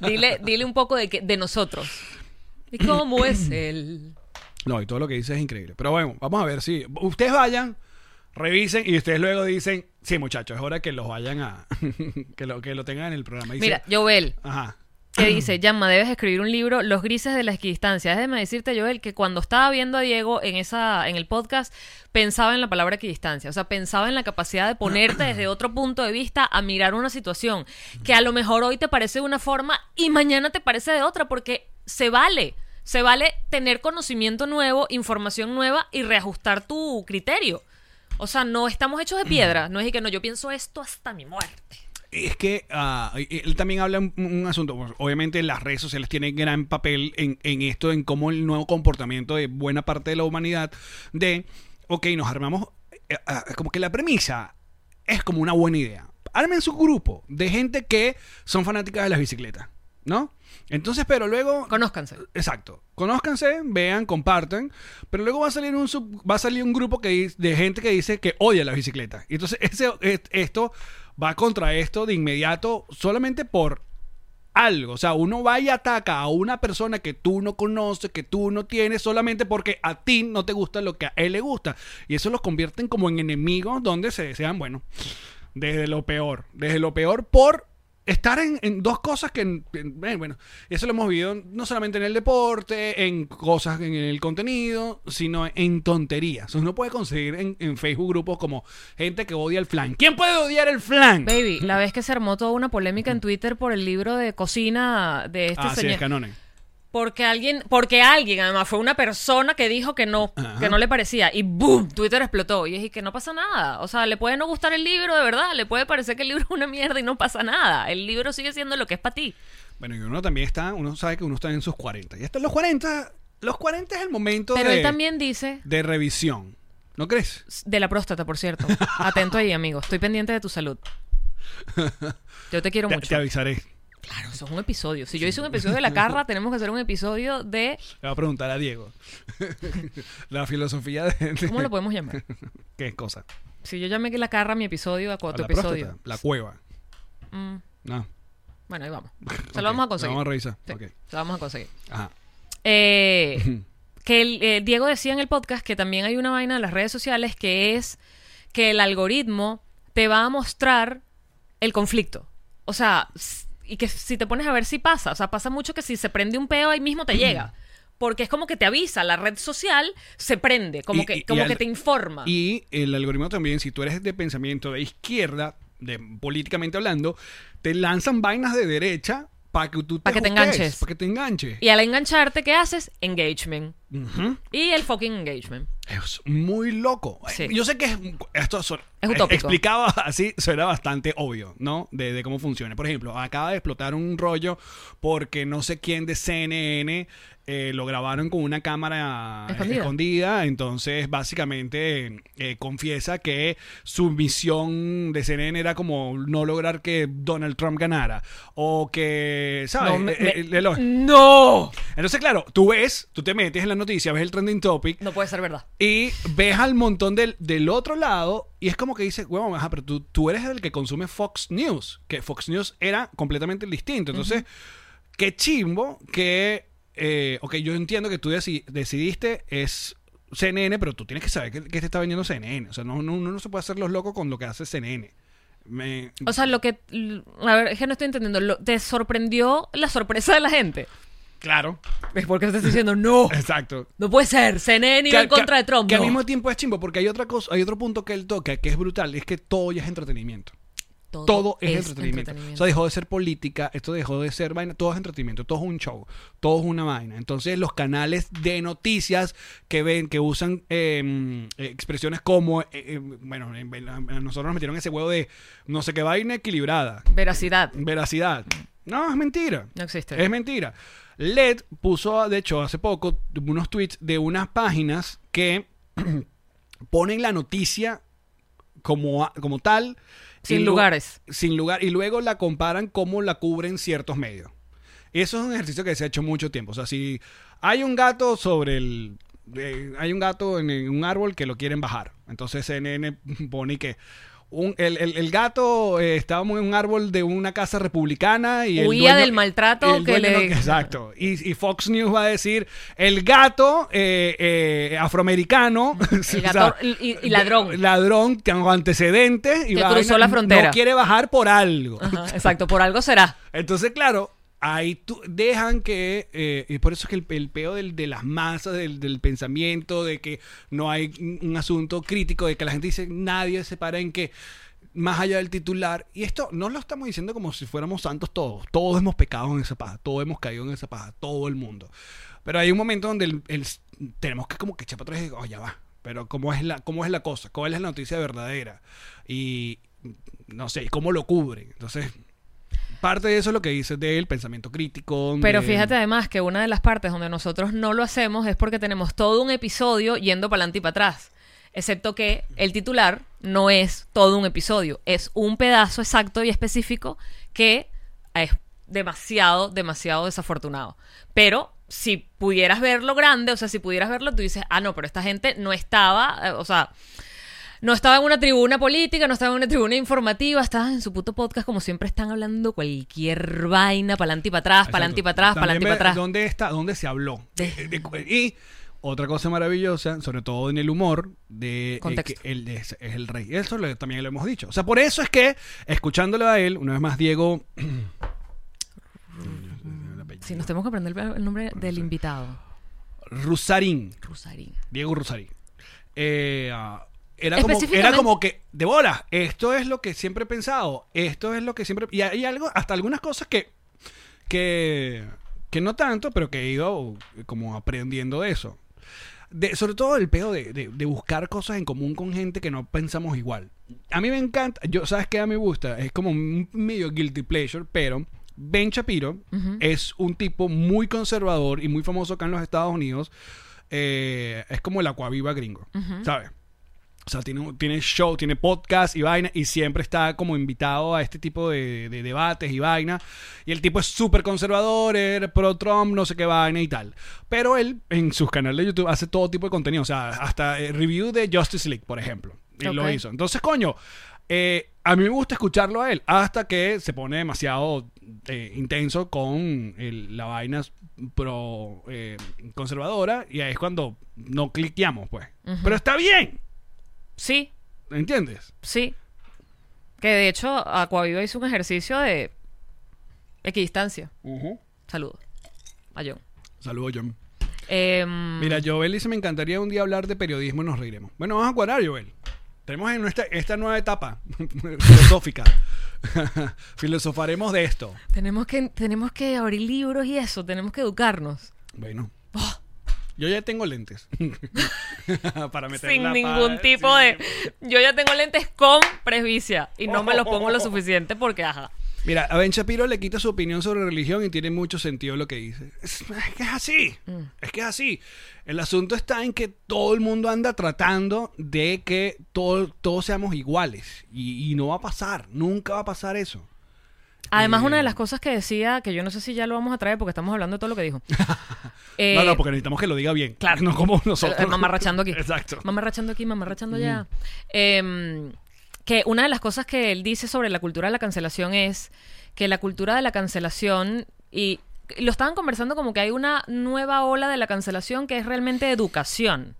Dile, dile un poco de, que, de nosotros. ¿Y cómo es él?
No, y todo lo que dice es increíble. Pero bueno, vamos a ver si ustedes vayan, revisen y ustedes luego dicen, sí, muchachos, es hora que los vayan a que lo que lo tengan en el programa. Y
Mira,
sí.
Joel.
ajá.
que dice, Yamma, debes escribir un libro, Los grises de la equidistancia. Déjame decirte, Joel, que cuando estaba viendo a Diego en esa en el podcast, pensaba en la palabra equidistancia. O sea, pensaba en la capacidad de ponerte desde otro punto de vista a mirar una situación que a lo mejor hoy te parece de una forma y mañana te parece de otra, porque se vale. Se vale tener conocimiento nuevo, información nueva y reajustar tu criterio. O sea, no estamos hechos de piedra. No es de que no, yo pienso esto hasta mi muerte.
Es que ah, y- él también habla un, un asunto. pues, obviamente las redes sociales tienen gran papel en, en esto, en cómo el nuevo comportamiento de buena parte de la humanidad de, ok, nos armamos, eh, ah, como que la premisa es como una buena idea. Armen su grupo de gente que son fanáticas de las bicicletas, ¿no? Entonces, pero luego
Conózcanse.
Exacto. Conózcanse, vean, compartan, pero luego va a salir un sub- va a salir un grupo que di- de gente que dice que odia las bicicletas. Y entonces ese es- esto va contra esto de inmediato solamente por algo, o sea, uno va y ataca a una persona que tú no conoces, que tú no tienes, solamente porque a ti no te gusta lo que a él le gusta. Y eso los convierten como en enemigos donde se desean, bueno, desde lo peor, desde lo peor por estar en, en dos cosas que, en- en- eh, bueno, eso lo hemos vivido no solamente en el deporte, en cosas, en el contenido, sino en tonterías. Uno puede conseguir en, en Facebook grupos como gente que odia el flan. ¿Quién puede odiar el flan?
Baby, la vez que se armó toda una polémica en Twitter por el libro de cocina de este
Así Mm. Ah, es,
señor.
Canone.
porque alguien, porque alguien, además, fue una persona que dijo que no,
Ajá.
que no le parecía. Y boom, Twitter explotó. Y dije que no pasa nada. O sea, le puede no gustar el libro, de verdad. Le puede parecer que el libro es una mierda y no pasa nada. El libro sigue siendo lo que es para ti.
Bueno, y uno también está, uno sabe que uno está en sus 40. Y hasta los 40, los 40 es el momento
Pero
de,
él también dice
de revisión. ¿No crees?
de la próstata, por cierto. Atento ahí, amigo. Estoy pendiente de tu salud. Yo te quiero
Te,
mucho.
te avisaré. Le
Claro, eso es un episodio. Si yo hice un episodio de la carra, tenemos que hacer un episodio de
voy a preguntar a Diego. la filosofía de, de-
¿Cómo lo podemos llamar?
¿Qué cosa? A
Si yo llamé que la carra a mi episodio, a cu- tu
la
episodio.
próstata, la cueva.
Mm,
No.
bueno, ahí vamos. Se
Ok,
lo vamos a conseguir.
lo vamos a revisar,
Sí,
ok.
Se lo vamos a conseguir.
Ajá.
Eh, que el, eh, Diego decía en el podcast que también hay una vaina en las redes sociales que es que el algoritmo te va a mostrar el conflicto. O sea, s- y que si te pones a ver si pasa, o sea, pasa mucho que si se prende un peo ahí mismo te llega. Porque es como que te avisa, la red social se prende, como
Y-
que,
y-
como
y
que
al-
te informa.
Y el algoritmo también, si tú eres de pensamiento de izquierda, de políticamente hablando, te lanzan vainas de derecha para que tú te
Pa' que te
ajustes,
enganches.
Para que te enganches.
Y al engancharte, ¿qué haces? Engagement.
Ujú.
Y el fucking engagement.
Es muy loco.
Sí.
Yo sé que es- esto son-
Es utópico.
explicaba así, suena bastante obvio, ¿no? De, de cómo funciona. Por ejemplo, acaba de explotar un rollo porque no sé quién de CNN eh, lo grabaron con una cámara
Escondida.
escondida. Entonces, básicamente, eh, confiesa que su misión de CNN era como no lograr que Donald Trump ganara. O que, ¿sabes?
No, me-
Eh, eh,
me-
eh, lo-
¡No!
Entonces, claro, tú ves, tú te metes en la noticia, ves el trending topic.
No puede ser verdad.
Y ves al montón del, del otro lado y es como que dices, huevón, ajá, pero tú, tú eres el que consume Fox News, que Fox News era completamente distinto. Entonces, qué chimbo que, eh, ok, yo entiendo que tú deci- decidiste es CNN, pero tú tienes que saber que, que te está vendiendo CNN. O sea, no, no, uno no se puede hacer los locos con lo que hace CNN. Me-
O sea, lo que. A ver, es que no estoy entendiendo. Lo- ¿Te sorprendió la sorpresa de la gente?
Claro,
Es porque estás diciendo, no,
exacto.
no puede ser, CNN iba en contra de Trump.
Que
no.
al mismo tiempo es chimbo, porque hay otra cosa, hay otro punto que él toca que es brutal, es que todo ya es entretenimiento. Todo, es, entretenimiento. O sea, dejó de ser política, esto dejó de ser vaina, todo es entretenimiento, todo es un show, todo es una vaina. Entonces, los canales de noticias que ven, que usan eh, expresiones como, eh, eh, bueno, en- en- a nosotros nos metieron ese huevo de no sé qué vaina equilibrada,
Veracidad.
veracidad. No, es mentira.
No existe.
Es mentira. LED puso, de hecho, hace poco unos tweets de unas páginas que ponen la noticia como, a- como tal.
Sin
y lu-
lugares.
Sin lugar. Y luego la comparan como la cubren ciertos medios. Eso es un ejercicio que se ha hecho mucho tiempo. O sea, si hay un gato sobre el... eh, hay un gato en, en un árbol que lo quieren bajar. Entonces CNN pone que... un- el, el- el gato eh, estaba en un árbol de una casa republicana y... el
Huía
dueño-
del maltrato
el
que
dueño
le-
no- exacto. Y, y Fox News va a decir, el gato eh, eh, afroamericano... o sea,
gato- y- y ladrón.
de- ladrón con antecedentes... Y
Que
vaina,
cruzó la frontera.
No quiere bajar por algo.
Ajá, exacto, por algo será.
Entonces, claro, ahí tú- dejan que. eh, y por eso es que el, el peo del- de las masas, del, del pensamiento, de que no hay un, un asunto crítico, de que la gente dice nadie se para en que. Más allá del titular, y esto no lo estamos diciendo como si fuéramos santos todos. Todos hemos pecado en esa paja, todos hemos caído en esa paja, todo el mundo. Pero hay un momento donde el- el- tenemos que como que echar para atrás y decir, oh, ya va. Pero ¿cómo es, la, ¿cómo es la cosa? ¿Cuál es la noticia verdadera? Y no sé, ¿cómo lo cubren? Entonces, Parte de eso es lo que dices del pensamiento crítico.
Pero
de-
fíjate además que una de las partes donde nosotros no lo hacemos es porque tenemos todo un episodio yendo para adelante y para atrás. Excepto que el titular no es todo un episodio, es un pedazo exacto y específico que es demasiado, demasiado desafortunado. Pero si pudieras verlo grande, o sea, si pudieras verlo, tú dices, ah, no, pero esta gente no estaba, eh, o sea, no estaba en una tribuna política, no estaba en una tribuna informativa, estaban en su puto podcast, como siempre están hablando cualquier vaina, para adelante y para atrás, para adelante y para atrás, para
También
adelante y para
ve
atrás.
¿Dónde está? ¿Dónde se habló? Eh, de- y otra cosa maravillosa, sobre todo en el humor, de eh,
Contexto.
que él es, es el rey. Eso lo- también lo hemos dicho. O sea, por eso es que, escuchándolo a él, una vez más, Diego.
Sí, nos tenemos que aprender el, el nombre del invitado,
Rusarín.
Rusarín.
Diego Rusarín. Eh, ah, era, como, era
Específicamente-
como que, de bola, esto es lo que siempre he pensado, esto es lo que siempre... Y hay algo, hasta algunas cosas que, que, que no tanto, pero que he ido como aprendiendo de eso. De- sobre todo el pedo de, de- de buscar cosas en común con gente que no pensamos igual. A mí me encanta, yo sabes que a mí me gusta, es como un medio guilty pleasure, pero Ben Shapiro es un tipo muy conservador y muy famoso acá en los Estados Unidos. Eh, es como el acuaviva gringo, ¿sabes? O sea, tiene, un- tiene show, tiene podcast y vaina, y siempre está como invitado a este tipo de, de debates y vaina. Y el tipo es súper conservador, era pro-Trump, no sé qué vaina y tal. Pero él, en sus canales de YouTube, hace todo tipo de contenido. O sea, hasta eh, review de Justice League, por ejemplo. Y lo
Ok.
hizo. Entonces, coño, eh, a mí me gusta escucharlo a él, hasta que se pone demasiado eh, intenso con el- la vaina pro eh, conservadora, y ahí es cuando no cliqueamos, pues. Pero está bien.
Sí,
¿Entiendes?
sí. Que de hecho, Acuaviva hizo un ejercicio de equidistancia. Saludos a John.
Saludos, John.
Em,
Mira, Joel dice, me encantaría un día hablar de periodismo y nos reiremos. Bueno, vamos a cuadrar, Joel. Tenemos en nuestra, esta nueva etapa filosófica. Filosofaremos de esto.
tenemos, que, tenemos que abrir libros y eso, tenemos que educarnos.
Bueno.
Oh.
Yo ya tengo lentes. Para meter
sin
la
ningún
pa-
tipo
sin
de...
ningún-
Yo ya tengo lentes con presbicia y no me los pongo lo suficiente porque, ajá.
Mira, a Ben Shapiro le quita su opinión sobre religión y tiene mucho sentido lo que dice. Es, es que es así.
Mm.
Es que es así. El asunto está en que todo el mundo anda tratando de que todo- todos seamos iguales. Y, y no va a pasar. Nunca va a pasar eso.
Además, una de las cosas que decía, que yo no sé si ya lo vamos a traer porque estamos hablando de todo lo que dijo. Eh,
no, no, porque necesitamos que lo diga bien. Claro. No como nosotros.
Eh, Mamarrachando aquí.
Exacto.
Mamarrachando aquí, mamarrachando allá. Eh, que una de las cosas que él dice sobre la cultura de la cancelación es que la cultura de la cancelación y y lo estaban conversando como que hay una nueva ola de la cancelación que es realmente educación.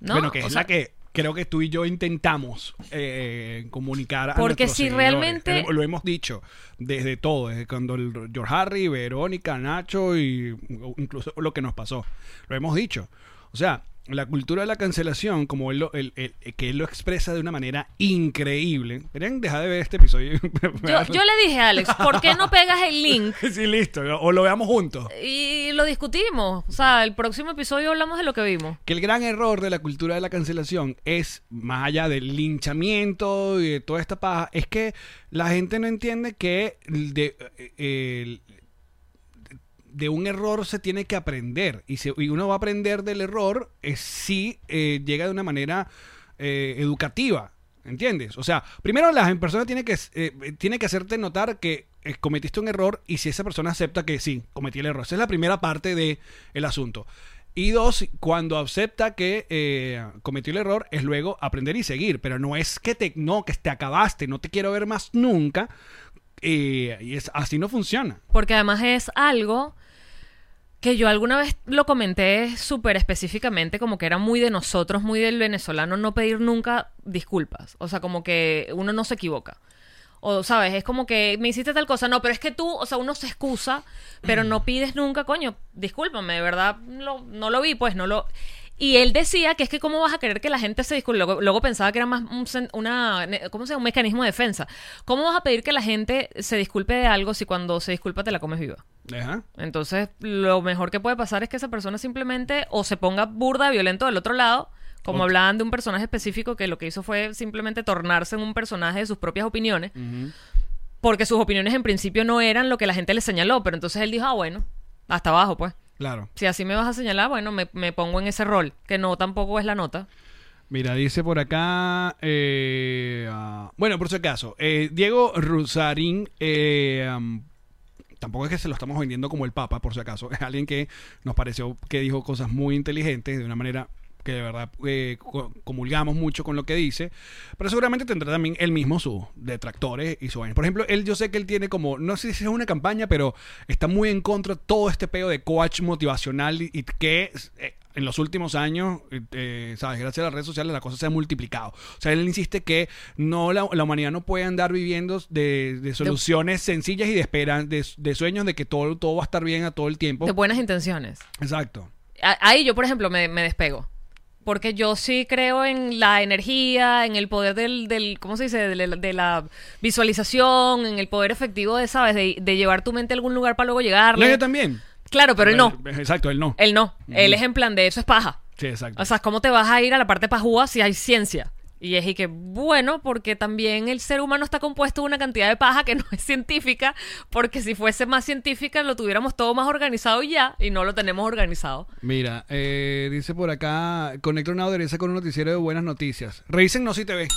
¿no?
Bueno, que
O
es
sea,
la que creo que tú y yo intentamos eh, comunicar a
Porque
nuestros
si
seguidores.
realmente-
Lo, lo hemos dicho desde todo, desde cuando el George Harry, Verónica, Nacho y o incluso lo que nos pasó. Lo hemos dicho. O sea, la cultura de la cancelación, como él lo, él- él- que él lo expresa de una manera increíble. Deberían dejar de ver este episodio.
Yo, yo le dije a Alex, ¿por qué no pegas el link?
Sí, listo. O lo veamos juntos.
Y lo discutimos. O sea, el próximo episodio hablamos de lo que vimos.
que el gran error de la cultura de la cancelación es, más allá del linchamiento y de toda esta paja, es que la gente no entiende que de, eh, el- de un error se tiene que aprender. Y, se- y uno va a aprender del error eh, si eh, llega de una manera eh, educativa. ¿Entiendes? O sea, primero la gen- persona tiene que, eh, tiene que hacerte notar que eh, cometiste un error y si esa persona acepta que sí, cometí el error. Esa es la primera parte del asunto. Y dos, cuando acepta que eh, cometió el error, es luego aprender y seguir. Pero no es que te, no, que te acabaste, no te quiero ver más nunca. Eh, y es, así no funciona.
Porque además es algo que yo alguna vez lo comenté súper específicamente, como que era muy de nosotros, muy del venezolano, no pedir nunca disculpas. O sea, como que uno no se equivoca. O, ¿sabes? Es como que me hiciste tal cosa. No, pero es que tú, o sea, uno se excusa, pero no pides nunca, coño, discúlpame, de verdad, lo- no lo vi, pues no lo... Y él decía que es que cómo vas a querer que la gente se disculpe. Luego, luego pensaba que era más un, sen- una, ne- ¿cómo se llama? un mecanismo de defensa. ¿Cómo vas a pedir que la gente se disculpe de algo si cuando se disculpa te la comes viva?
Ajá.
Entonces, lo mejor que puede pasar es que esa persona simplemente o se ponga burda, violento del otro lado, como
Ok.
hablaban de un personaje específico que lo que hizo fue simplemente tornarse en un personaje de sus propias opiniones, porque sus opiniones en principio no eran lo que la gente le señaló, pero entonces él dijo, ah, bueno, hasta abajo, pues.
Claro.
Si así me vas a señalar, bueno, me, me pongo en ese rol, que no tampoco es la nota.
Mira, dice por acá. eh, ah, bueno, por si acaso, eh, Diego Rusarín. eh, am, Tampoco es que se lo estamos vendiendo como el Papa, por si acaso. Es alguien que nos pareció que dijo cosas muy inteligentes, de una manera que de verdad eh, co- comulgamos mucho con lo que dice. Pero seguramente tendrá también él mismo sus detractores y su vaina. Por ejemplo, él yo sé que él tiene como, no sé si es una campaña, pero está muy en contra de todo este peo de coach motivacional y, y que eh, en los últimos años, eh, sabes, gracias a las redes sociales la cosa se ha multiplicado. O sea, él insiste que no la, la humanidad no puede andar viviendo de, de soluciones sencillas y de esperan, de, de sueños de que todo, todo va a estar bien a todo el tiempo.
De buenas intenciones.
Exacto.
A- Ahí yo, por ejemplo, me, me despego. Porque yo sí creo en la energía, en el poder del, del ¿cómo se dice? De, la- de la visualización, en el poder efectivo de, ¿sabes? De, de llevar tu mente a algún lugar para luego llegarle.
No, yo también. eh,
Claro, pero él no.
Exacto, él no.
Él no. Él es en plan de eso es paja.
Sí, exacto.
O sea, ¿cómo te vas a ir a la parte pajúa si hay ciencia? Y es y que, bueno, porque también el ser humano está compuesto de una cantidad de paja que no es científica, porque si fuese más científica lo tuviéramos todo más organizado y ya, y no lo tenemos organizado.
Mira, eh, dice por acá, conecta una adereza con un noticiero de buenas noticias. Revisen No Si TV.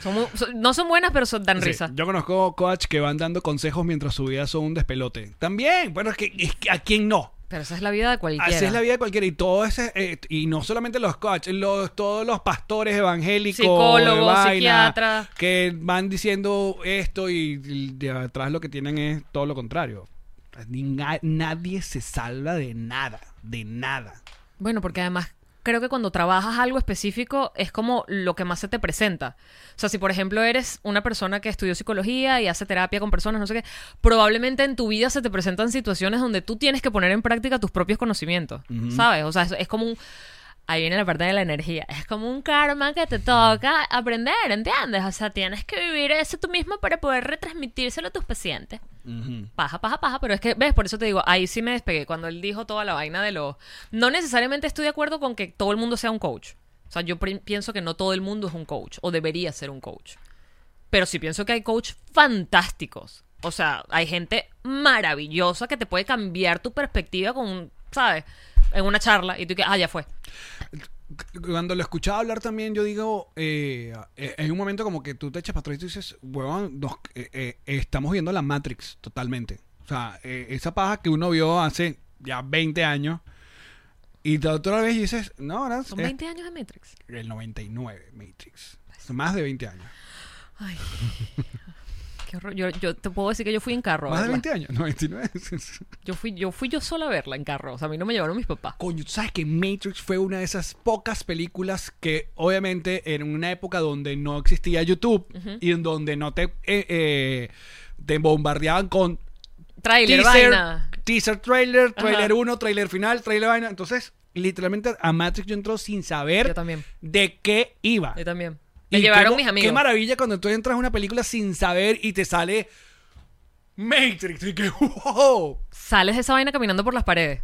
Son mu- son- no son buenas, pero son dan
Sí,
risa.
Yo conozco coach que van dando consejos mientras su vida son un despelote. También, bueno, es que, es que a quién no.
Pero esa es la vida de cualquiera.
Así es la vida de cualquiera. Y todo ese, eh, y no solamente los coaches, los, todos los pastores evangélicos,
Psicólogos,
de vaina,
psiquiatras.
que van diciendo esto y, y de atrás lo que tienen es todo lo contrario. Ni na- nadie se salva de nada, de nada.
Bueno, porque además creo que cuando trabajas algo específico es como lo que más se te presenta. O sea, si por ejemplo eres una persona que estudió psicología y hace terapia con personas, no sé qué, probablemente en tu vida se te presentan situaciones donde tú tienes que poner en práctica tus propios conocimientos, ¿sabes? O sea, es, es como un... Ahí viene la parte de la energía. Es como un karma que te toca aprender, ¿entiendes? O sea, tienes que vivir eso tú mismo para poder retransmitírselo a tus pacientes. Paja, paja, paja, pero es que, ¿ves? Por eso te digo, ahí sí me despegué cuando él dijo toda la vaina de los... No necesariamente estoy de acuerdo con que todo el mundo sea un coach. O sea, yo pri- pienso que no todo el mundo es un coach o debería ser un coach. Pero sí pienso que hay coach fantásticos. O sea, hay gente maravillosa que te puede cambiar tu perspectiva con, un- ¿sabes? En una charla y tú que, ah, ya fue.
cuando lo escuchaba hablar también, yo digo, eh, eh, hay un momento como que tú te echas para atrás y tú dices, huevón, nos- eh, eh, estamos viendo la Matrix totalmente. O sea, eh, esa paja que uno vio hace ya 20 años. Y la otra vez dices, no, ahora
Son
es
20 años de Matrix.
el 99 Matrix. Son más de 20 años.
qué horror. Yo, yo te puedo decir que yo fui en carro. a
Más de 20
verla.
años. No, 29.
Yo fui, yo fui yo sola a verla en carro. O sea, a mí no me llevaron mis papás.
Coño, ¿tú sabes que Matrix fue una de esas pocas películas que obviamente en una época donde no existía YouTube y en donde no te, eh, eh, te bombardeaban con
Trailer,
teaser,
vaina.
teaser trailer, trailer
Ajá.
1, trailer final, trailer vaina. Entonces, literalmente a Matrix yo entro sin saber
Yo también.
de qué iba.
Yo también. Me
Y
llevaron
cómo-
mis amigos.
Qué maravilla cuando tú entras a una película sin saber y te sale Matrix. Y que, wow.
Sales de esa vaina caminando por las paredes.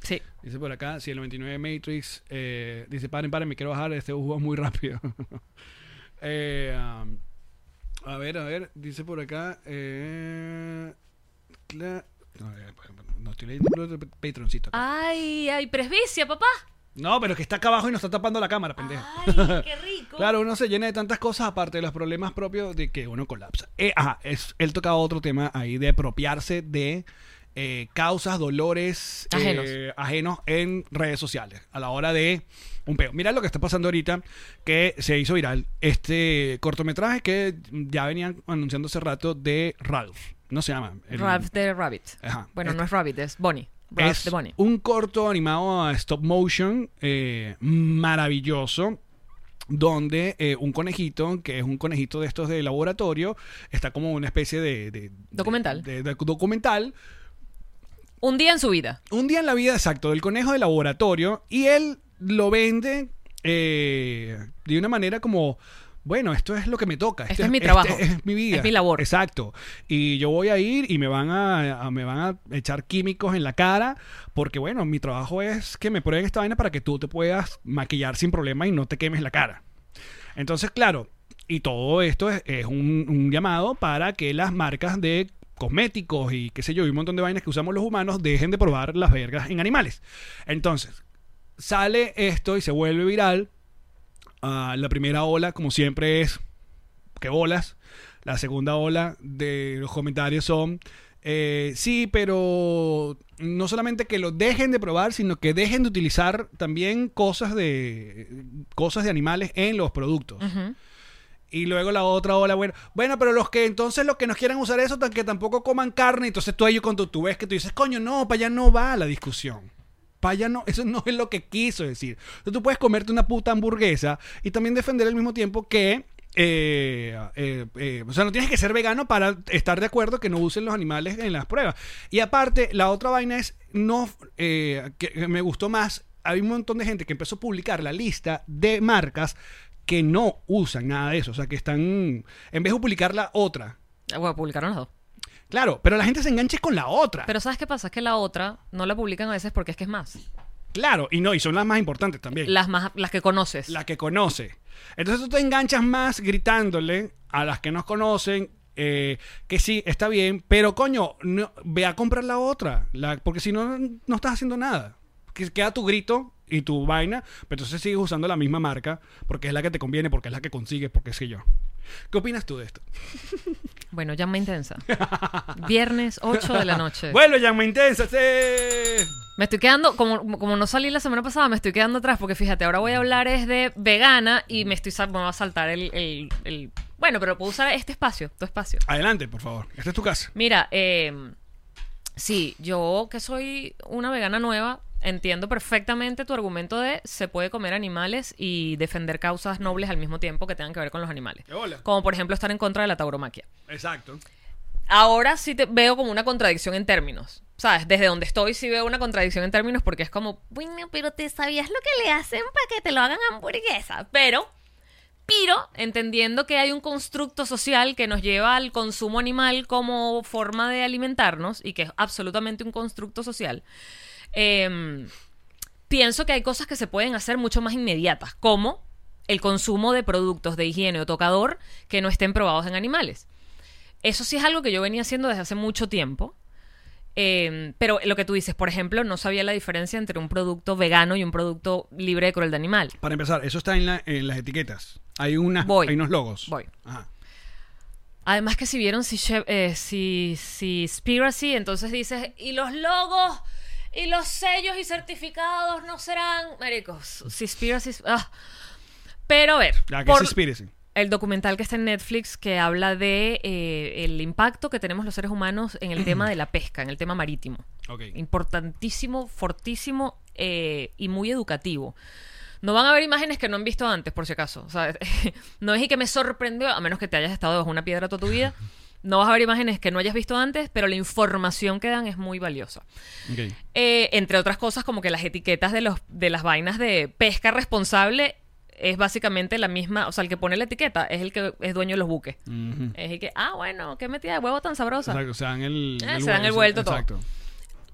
Sí.
Dice por acá, si el 99 Matrix, eh, dice, paren, paren, me quiero bajar, este juego es muy rápido. Eh, um, a ver, a ver, dice por acá, eh, cla- no, eh, no estoy leyendo el patroncito.
Ah.
acá.
Ay, ay, presbicia, papá.
No, pero es que está acá abajo y nos está tapando la cámara, pendeja.
Ay, qué rico.
Claro, uno se llena de tantas cosas aparte de los problemas propios de que uno colapsa. Eh, ajá, es, él tocaba otro tema ahí de apropiarse de eh, causas, dolores eh,
Ajenos.
ajenos en redes sociales a la hora de un peo. Mira lo que está pasando ahorita que se hizo viral este cortometraje que ya venían anunciando hace rato de Ralph. No se llama. el-
Ralph the Rabbit.
Ajá.
Bueno,
Este-
no es Rabbit, es Bonnie. Ralph
es
the Bonnie.
un corto animado a stop motion eh, maravilloso donde eh, un conejito, que es un conejito de estos de laboratorio, está como una especie de... de-
Documental.
de- de documental.
Un día en su vida.
Un día en la vida, exacto, del conejo de laboratorio y él lo vende eh, de una manera como... Bueno, esto es lo que me toca.
Este
esto
es mi trabajo.
este es mi vida.
Es mi labor.
Exacto. Y yo voy a ir y me van a, a- me van a echar químicos en la cara porque, bueno, mi trabajo es que me prueben esta vaina para que tú te puedas maquillar sin problema y no te quemes la cara. Entonces, claro, y todo esto es, es un, un llamado para que las marcas de cosméticos y qué sé yo, y un montón de vainas que usamos los humanos dejen de probar las vergas en animales. Entonces, sale esto y se vuelve viral. Ah, la primera ola, como siempre, es que bolas. La segunda ola de los comentarios son, eh, sí, pero no solamente que lo dejen de probar, sino que dejen de utilizar también cosas de, cosas de animales en los productos.
Ujú.
Y luego la otra ola, bueno, bueno, pero los que entonces los que nos quieran usar eso, tan que tampoco coman carne, entonces tú ahí cuando tú ves que tú dices, coño, no, para allá no va la discusión. Para allá no, eso no es lo que quiso decir. Entonces, tú puedes comerte una puta hamburguesa y también defender al mismo tiempo que... eh, eh, eh, o sea, no tienes que ser vegano para estar de acuerdo que no usen los animales en las pruebas. Y aparte, la otra vaina es, no, eh, que que me gustó más, hay un montón de gente que empezó a publicar la lista de marcas que no usan nada de eso. O sea, que están. En vez de publicar la otra.
Ah, Bueno, publicaron las dos.
Claro, pero la gente se engancha con la otra.
Pero ¿sabes qué pasa? Es que la otra no la publican a veces porque es que es más.
claro, y no, y son las más importantes también.
Las más las que conoces.
la que conoce. Entonces tú te enganchas más gritándole a las que nos conocen eh, que sí, está bien, pero coño, no- ve a comprar la otra, la- porque si no, no estás haciendo nada. Que- Queda tu grito y tu vaina, pero entonces sigues usando la misma marca porque es la que te conviene, porque es la que consigues, porque sé yo. ¿Qué opinas tú de esto?
Bueno, llama intensa. Viernes 8 de la noche.
Bueno, llama intensa, sí.
Me estoy quedando, como, como no salí la semana pasada, me estoy quedando atrás porque fíjate, ahora voy a hablar es de vegana y me estoy sal- me va a saltar el, el- el- Bueno, pero puedo usar este espacio, tu espacio.
Adelante, por favor. Esta es tu casa.
Mira, eh, sí, yo que soy una vegana nueva, entiendo perfectamente tu argumento de se puede comer animales y defender causas nobles al mismo tiempo que tengan que ver con los animales.
¡Qué bola!
Como por ejemplo estar en contra de la tauromaquia.
Exacto.
Ahora sí te veo como una contradicción en términos. ¿Sabes? Desde donde estoy sí veo una contradicción en términos porque es como,
Bueno, pero te sabías lo que le hacen para que te lo hagan hamburguesa.
pero, pero, entendiendo que hay un constructo social que nos lleva al consumo animal como forma de alimentarnos y que es absolutamente un constructo social, em, pienso que hay cosas que se pueden hacer mucho más inmediatas, como el consumo de productos de higiene o tocador que no estén probados en animales. Eso sí es algo que yo venía haciendo desde hace mucho tiempo. Eh, pero lo que tú dices, por ejemplo, no sabía la diferencia entre un producto vegano y un producto libre de crueldad animal.
Para empezar, eso está en, la- en las etiquetas. Hay, unas,
Voy.
hay unos logos.
Voy.
Ajá.
Además que si vieron si Shev- eh, si si Spiracy, entonces dices y los logos y los sellos y certificados no serán maricos. Si Spiracy, ah. Pero a ver,
Ya, Ah, que
por-
es conspiracy.
el documental que está en Netflix que habla de eh, el impacto que tenemos los seres humanos en el tema de la pesca, en el tema marítimo.
Ok.
Importantísimo, fortísimo eh, y muy educativo. No van a ver imágenes que no han visto antes, por si acaso. O sea, no es y que me sorprendió, a menos que te hayas estado bajo una piedra toda tu vida. No vas a ver imágenes que no hayas visto antes, pero la información que dan es muy valiosa.
Ok.
Eh, entre otras cosas, como que las etiquetas de, los, de las vainas de pesca responsable es básicamente la misma, o sea, el que pone la etiqueta es el que es dueño de los buques.
Ujú.
Es el que, ah, bueno, qué metida de huevo tan sabrosa.
Exacto, se dan el,
Eh, se dan el vuelto todo.
Exacto.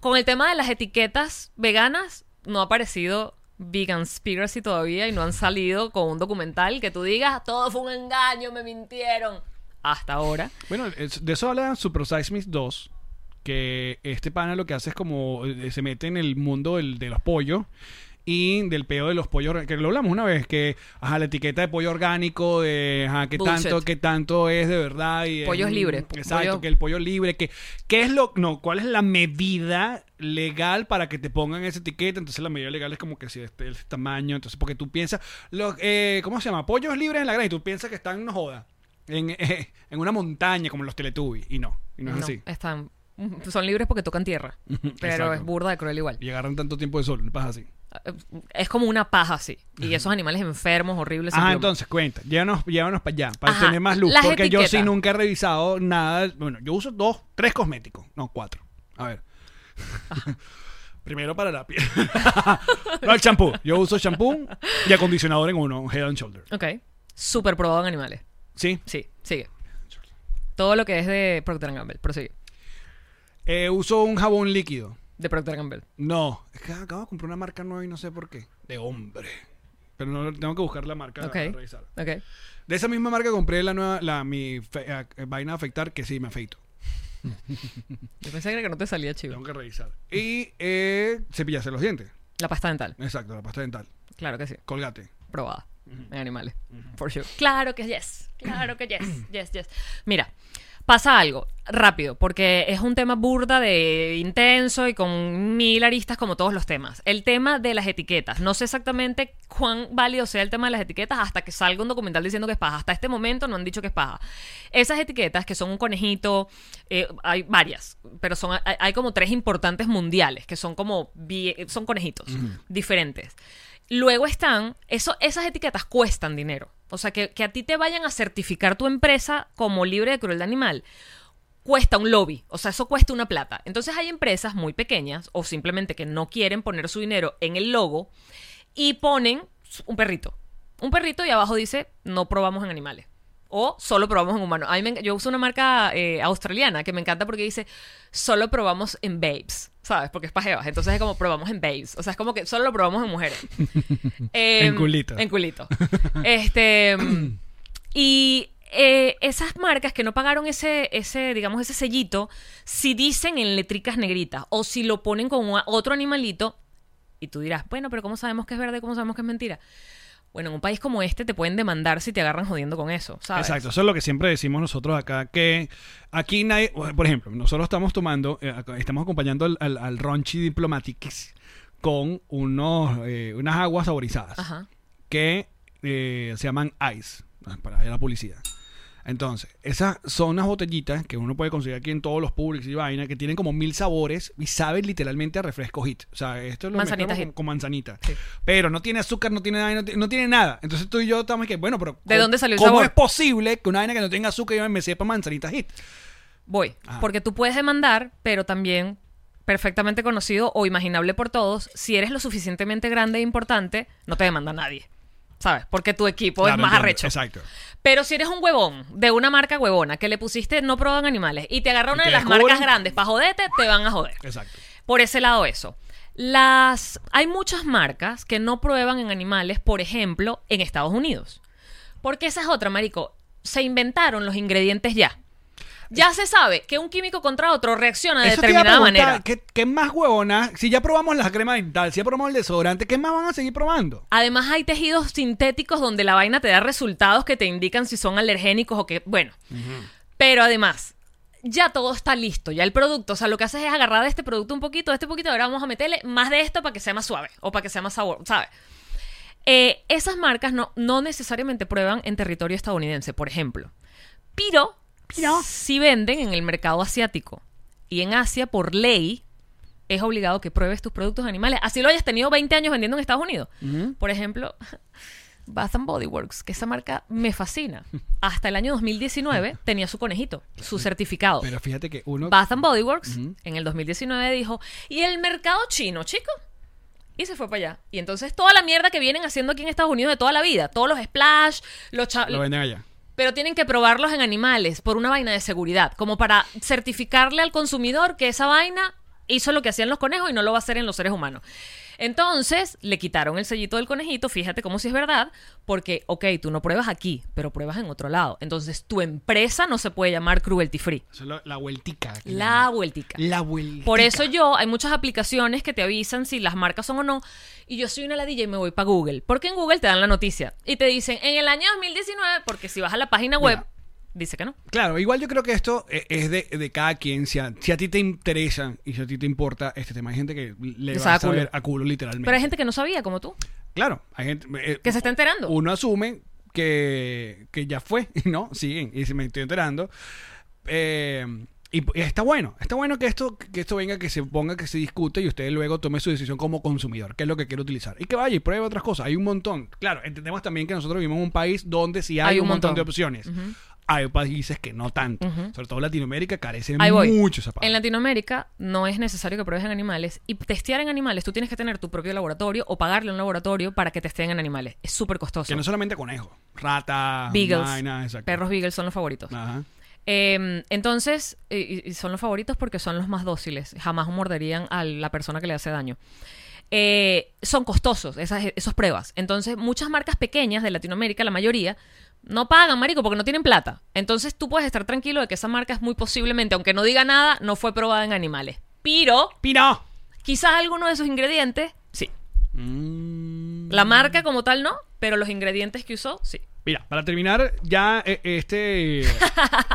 Con el tema de las etiquetas veganas, no ha aparecido Veganspiracy todavía y no han salido con un documental que tú digas, todo fue un engaño, me mintieron. Hasta ahora.
Bueno, es- de eso habla Super Size Me 2, que este pana lo que hace es como eh, se mete en el mundo del- de los pollos y del peo de los pollos, que lo hablamos una vez, que ajá, la etiqueta de pollo orgánico, de ajá, que
Bullshit.
tanto, que tanto es de verdad. Y es
Pollos
un-
libres, po-
Exacto,
pollo-
que el pollo libre, que ¿qué es lo, no, cuál es la medida legal para que te pongan esa etiqueta, entonces la medida legal es como que si este, el tamaño, entonces porque tú piensas, los, eh, ¿cómo se llama? Pollos libres en la granja y tú piensas que están, no joda, en, eh, en una montaña como los Teletubbies y no, y no es así.
están, son libres porque tocan tierra.
Exacto.
pero es burda de cruel igual.
Y agarran tanto tiempo de sol, no pasa así.
Es como una paja así. Y esos animales enfermos, horribles. sin
Ah,
pluma.
entonces cuenta, llévanos, llévanos para allá, para
Ajá,
tener más luz,
las
porque
etiquetas.
yo sí nunca he revisado nada, bueno, yo uso dos, tres cosméticos, no, cuatro, a ver. Primero para la piel. no, el champú. Yo uso champú y acondicionador en uno, Head and Shoulder.
Ok. Súper probado en animales.
¿Sí?
Sí, sigue. Todo lo que es de Procter Gamble. Prosigue.
Eh, uso un jabón líquido.
De Procter Gamble.
No, es que acabo de comprar una marca nueva y no sé por qué. De hombre. Pero no tengo que buscar la marca
Ok.
para revisarla.
Ok.
De esa misma marca compré la nueva, la, mi fe- a- vaina a afectar, que sí, me afeito.
Yo pensé que no te salía chivo.
Tengo que revisar. Y eh, cepillarse los dientes.
La pasta dental.
Exacto, la pasta dental.
Claro que sí.
Colgate.
Probada. En animales. Por sure. Claro que yes. Claro que yes. Yes, yes. Mira. Pasa algo, rápido, porque es un tema burda de intenso y con mil aristas como todos los temas. El tema de las etiquetas. No sé exactamente cuán válido sea el tema de las etiquetas hasta que salga un documental diciendo que es paja. Hasta este momento no han dicho que es paja. Esas etiquetas que son un conejito, eh, hay varias, pero son hay, hay como tres importantes mundiales que son como bi- son conejitos diferentes. Luego están, eso, esas etiquetas cuestan dinero. O sea, que, que a ti te vayan a certificar tu empresa como libre de crueldad animal cuesta un lobby, o sea, eso cuesta una plata. Entonces hay empresas muy pequeñas o simplemente que no quieren poner su dinero en el logo y ponen un perrito. Un perrito y abajo dice, no probamos en animales. O solo probamos en humanos. A mí me enc- yo uso una marca eh, australiana que me encanta porque dice, solo probamos en babes, ¿sabes? Porque es pajevas. Entonces es como probamos en babes. O sea, es como que solo lo probamos en mujeres. Em,
En culito.
En culito. Este. Y eh, esas marcas que no pagaron ese, ese, digamos, ese sellito, si dicen en letricas negritas o si lo ponen con un- otro animalito, y tú dirás, bueno, pero ¿cómo sabemos que es verdad y cómo sabemos que es mentira? Bueno, en un país como este te pueden demandar si te agarran jodiendo con eso, ¿sabes?
Exacto, eso es lo que siempre decimos nosotros acá, que aquí nadie, por ejemplo, nosotros estamos tomando, eh, ac- estamos acompañando al, al, al Ronchi Diplomatiquis con unos, eh, unas aguas saborizadas
Ajá.
que eh, se llaman Ice, ah, para la publicidad. Entonces, esas son unas botellitas que uno puede conseguir aquí en todos los Publix y vaina, que tienen como mil sabores y saben literalmente a refresco hit. O sea, esto lo
Manzanita
mezclamos
Hit.
con, con manzanita.
Sí.
Pero no tiene azúcar, no tiene nada, no tiene, no tiene nada. Entonces tú y yo estamos que, bueno, pero
¿De
¿cómo-
dónde salió el
¿Cómo
sabor?
es posible que una vaina que no tenga azúcar yo me sepa manzanita hit?
Pues Voy.
Ah.
Porque tú puedes demandar, pero también perfectamente conocido o imaginable por todos, si eres lo suficientemente grande e importante, no te demanda nadie. ¿Sabes? Porque tu equipo
Claro,
es más
entiendo.
arrecho.
Exacto.
Pero si eres un huevón de una marca huevona que le pusiste no proban animales y te agarra una
te
de las
descubren.
marcas grandes para joderte, te van a joder.
Exacto.
Por ese lado eso. Las hay muchas marcas que no prueban en animales, por ejemplo, en Estados Unidos. Porque esa es otra, marico. Se inventaron los ingredientes ya. Ya se sabe que un químico contra otro reacciona de
Eso te iba a
Ah, determinada
preguntar,
manera.
¿qué, qué más huevona? Si ya probamos la crema dental, si ya probamos el desodorante, ¿qué más van a seguir probando?
Además hay tejidos sintéticos donde la vaina te da resultados que te indican si son alergénicos o que, bueno. Pero además, ya todo está listo, ya el producto, o sea, lo que haces es agarrar de este producto un poquito, de este poquito, ahora vamos a meterle más de esto para que sea más suave o para que sea más sabor, ¿sabes? Eh, esas marcas no, no necesariamente prueban en territorio estadounidense, por ejemplo. Pero, sí venden en el mercado asiático. Y en Asia, por ley, es obligado que pruebes tus productos animales. Así lo hayas tenido 20 años vendiendo en Estados Unidos. Por ejemplo, Bath and Body Works, que esa marca me fascina. Hasta el año 2019 tenía su conejito, su certificado.
Pero fíjate que uno.
Bath and Body Works en el 2019 dijo, ¿y el mercado chino, chico? Y se fue para allá. Y entonces toda la mierda que vienen haciendo aquí en Estados Unidos de toda la vida, todos los splash, los, cha-
Lo venden allá.
pero tienen que probarlos en animales por una vaina de seguridad, como para certificarle al consumidor que esa vaina hizo lo que hacían los conejos y no lo va a hacer en los seres humanos. Entonces le quitaron el sellito del conejito, fíjate cómo si es verdad, porque, ok, tú no pruebas aquí, pero pruebas en otro lado. Entonces tu empresa no se puede llamar cruelty free.
Eso es la, la vueltica. que le
La
llaman.
vueltica.
La vueltica.
Por eso yo, hay muchas aplicaciones que te avisan si las marcas son o no. Y yo soy una ladilla y me voy para Google. Porque en Google te dan la noticia. Y te dicen, en el año 2019, porque si vas a la página web,
Mira.
dice que no.
Claro, igual yo creo que esto eh, es de, de cada quien. Si a, si a ti te interesa y si a ti te importa este tema, hay gente que le
Les
va a
da culo.
saber a culo literalmente.
Pero hay gente que no sabía, como tú.
Claro, hay gente... eh,
Que se está enterando.
Uno asume que, que ya fue, y ¿no? Siguen, y se me estoy enterando. Eh, y, y está bueno, está bueno que esto, que esto venga, que se ponga, que se discute y usted luego tome su decisión como consumidor, qué es lo que quiere utilizar. Y que vaya y pruebe otras cosas, hay un montón. Claro, entendemos también que nosotros vivimos en un país donde sí hay, un montón, de opciones. Hay países que no tanto, sobre todo Latinoamérica carece
Ahí voy.
mucho esa parte.
En Latinoamérica no es necesario que pruebes en animales. Y testear en animales, tú tienes que tener tu propio laboratorio o pagarle a un laboratorio para que testeen en animales. Es súper costoso.
que no solamente conejos, ratas,
Beagles.
vainas, exacto.
Perros beagles son los favoritos.
Ajá.
Eh, entonces, y- y son los favoritos porque son los más dóciles. Jamás morderían a la persona que le hace daño. Eh, son costosos esas, esas pruebas. Entonces, muchas marcas pequeñas de Latinoamérica, la mayoría, no pagan, marico, porque no tienen plata. Entonces, tú puedes estar tranquilo de que esa marca es muy posiblemente, aunque no diga nada, no fue probada en animales. Pero,
¡Pino!
quizás alguno de sus ingredientes, sí.
Mm.
La marca como tal no, pero los ingredientes que usó, sí.
Mira, para terminar ya eh, este,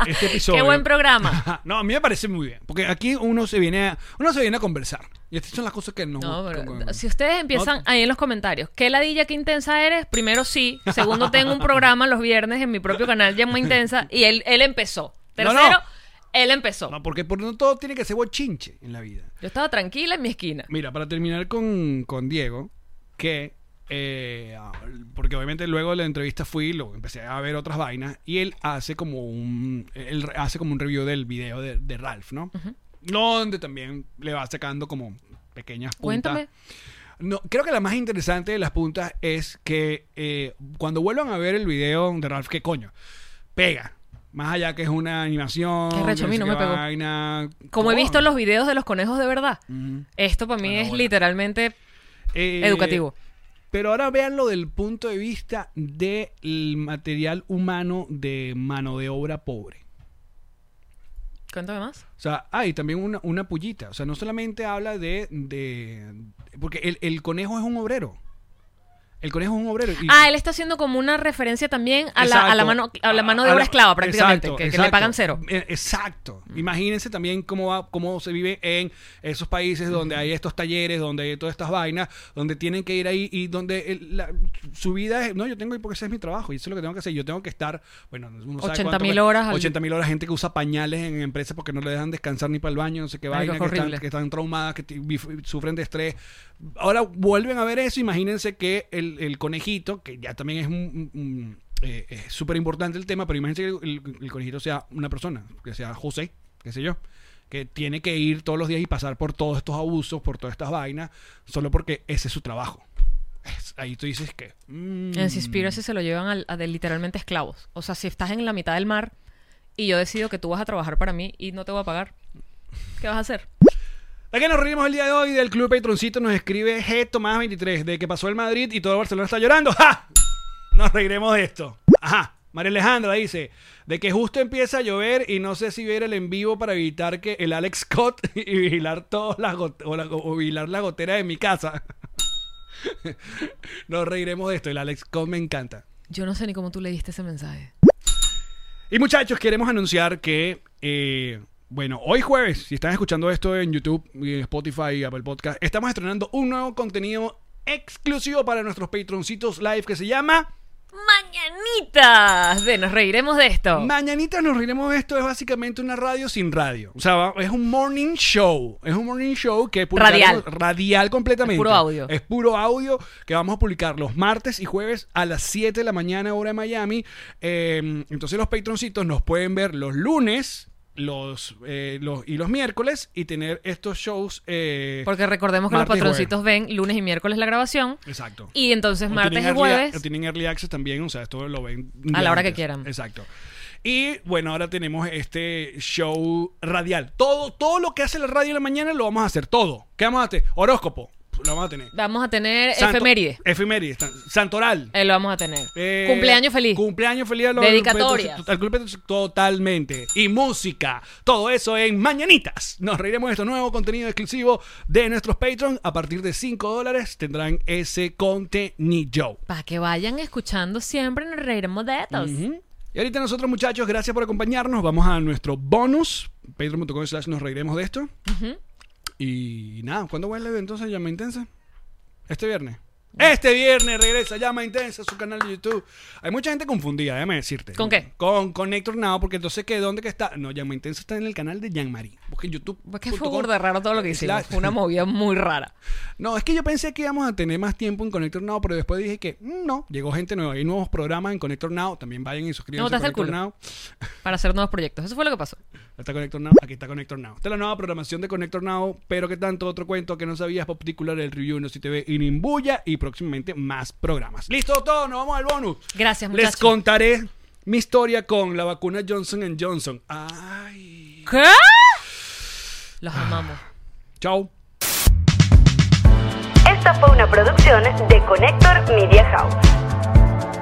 este episodio.
Qué buen programa.
no, a mí me parece muy bien. Porque aquí uno se viene a, uno se viene a conversar. Y estas son las cosas que no.
No, pero
con- con-
si ustedes empiezan ahí en los comentarios, ¿qué ladilla, qué intensa eres? Primero sí, segundo tengo un programa los viernes en mi propio canal, Llama Intensa, y él, él empezó.
No,
Tercero,
no.
él empezó.
No, porque por no todo tiene que ser bochinche en la vida.
Yo estaba tranquila en mi esquina.
Mira, para terminar con, con Diego, que. eh, ah, porque obviamente luego de la entrevista fui, lo empecé a ver otras vainas. Y él hace como un. Él hace como un review del video de, de Ralph, ¿no? Donde también le va sacando como pequeñas puntas.
Cuéntame.
No, creo que la más interesante de las puntas es que eh, cuando vuelvan a ver el video de Ralph, ¿qué coño? Pega. Más allá que es una animación.
Qué recho, a mí
que
no
sé
me
qué
pegó.
vaina.
Como he
No.
visto los videos de los conejos de verdad,
Ujú.
esto para mí
Bueno,
es
bueno.
literalmente
Eh,
educativo.
Pero ahora véanlo del punto de vista del material humano de mano de obra pobre.
Cuéntame más.
O sea, hay también una, una pullita. O sea, no solamente habla de. de porque el, el conejo es un obrero. El conejo es un obrero. y-
Ah, él está haciendo como una referencia también a, la, a la
Exacto.
mano, a la mano de
A- a
obra
la-
esclava prácticamente,
Exacto,
que, que le
exacto.
pagan cero. Mm.
Eh, Exacto. Imagínense también cómo, va, cómo se vive en esos países
Mm.
donde hay estos talleres, donde hay todas estas vainas, donde tienen que ir ahí y donde el- la- su vida es, no, yo tengo que ir porque ese es mi trabajo y eso es lo que tengo que hacer. Yo tengo que estar, bueno, uno sabe
80.000
cuánto-
horas al-
80.000 horas, gente que usa pañales en empresas porque no le dejan descansar ni para el baño, no sé qué
Ay,
vaina,
qué
que están,
horrible.
que están traumadas, que ti- bif- sufren de estrés. Ahora vuelven a ver eso. Imagínense que el, el conejito, que ya también es un- un- un, eh, es súper importante el tema, pero imagínense que el, el conejito sea una persona, que sea José, qué sé yo, que tiene que ir todos los días y pasar por todos estos abusos, por todas estas vainas, solo porque ese es su trabajo. Es- ahí tú dices que. mm,
En Seaspiracy se lo llevan al- a, de literalmente esclavos. O sea, si estás en la mitad del mar y yo decido que tú vas a trabajar para mí y no te voy a pagar, ¿qué vas a hacer?
La que nos reímos el día de hoy del Club Patroncito nos escribe G. Tomás 23 de que pasó el Madrid y todo Barcelona está llorando. ¡Ja! Nos reiremos de esto. Ajá. María Alejandra dice de que justo empieza a llover y no sé si ver el en vivo para evitar que el Alex Scott y vigilar todas las got- o, la- o vigilar la gotera de mi casa. Nos reiremos de esto. El Alex Scott me encanta.
Yo no sé ni cómo tú leíste ese mensaje.
Y muchachos, queremos anunciar que, eh, bueno, hoy jueves, si están escuchando esto en YouTube, y en Spotify y Apple Podcast, estamos estrenando un nuevo contenido exclusivo para nuestros patroncitos live que se llama
Mañanitas. De nos reiremos de esto.
Mañanitas nos reiremos de esto. Es básicamente una radio sin radio. O sea, va- es un morning show. Es un morning show que publicaremos-
Radial.
Radial completamente.
Es puro audio.
Es puro audio que vamos a publicar los martes y jueves a las 7 de la mañana, hora de Miami. Eh, entonces los patroncitos nos pueden ver los lunes. Los, eh, los y los miércoles y tener estos shows eh,
Porque recordemos que los
martes y jueves.
patroncitos ven lunes y miércoles la grabación.
Exacto.
Y entonces
O
martes
tienen
y
early ac-
jueves.
o tienen early access también, o sea, esto lo ven. un
A
día
la hora
antes.
que quieran.
Exacto. Y bueno, ahora tenemos este show radial. Todo, todo lo que hace la radio en la mañana lo vamos a hacer, todo. ¿Qué vamos a hacer? Horóscopo, lo vamos a tener.
Vamos a tener
Santo-
Eh, efeméride.
Efeméride, tan- santoral.
Eh, lo vamos a tener.
Eh,
Cumpleaños feliz.
Cumpleaños feliz a los
Dedicatorias.
al Club Petro- Totalmente. Y música. Todo eso en Mañanitas. Nos reiremos de este nuevo contenido exclusivo de nuestros Patreon. A partir de 5 dólares tendrán ese contenido.
Para que vayan escuchando siempre nos reiremos de estos.
Ujú. Y ahorita nosotros, muchachos, gracias por acompañarnos. Vamos a nuestro bonus. Patreon.com slash nos reiremos de esto. Y nada, ¿cuándo vuelve entonces Llama Intensa? Este viernes. Este viernes regresa Llama Intensa a su canal de YouTube. Hay mucha gente confundida, déjame decirte.
¿Con qué?
Con Connector Now, porque entonces que ¿dónde que está? No, Llama Intensa está en el canal de Jean-Marie. Porque YouTube.
Pues que fue burda raro todo lo que hicimos.
Slash.
Fue una movida muy rara.
No, es que yo pensé que íbamos a tener más tiempo en Connector Now, pero después dije que mm, no, llegó gente nueva. Hay nuevos programas en Connector Now. También vayan y suscríbanse a
botaste el
Connector
culo.
Now.
Para hacer nuevos proyectos. Eso fue lo que pasó.
Está Connector Now. Aquí está Connector Now. Esta es la nueva programación de Connector Now, pero que tanto otro cuento que no sabías, particular el review no si TV y Nimbuya y próximamente más programas. Listo todo, nos vamos al bonus.
Gracias, muchachos.
Les contaré mi historia con la vacuna Johnson Johnson. Ah, Ay.
¿Qué? Los amamos.
Chao.
Esta fue una producción de Connector Media House.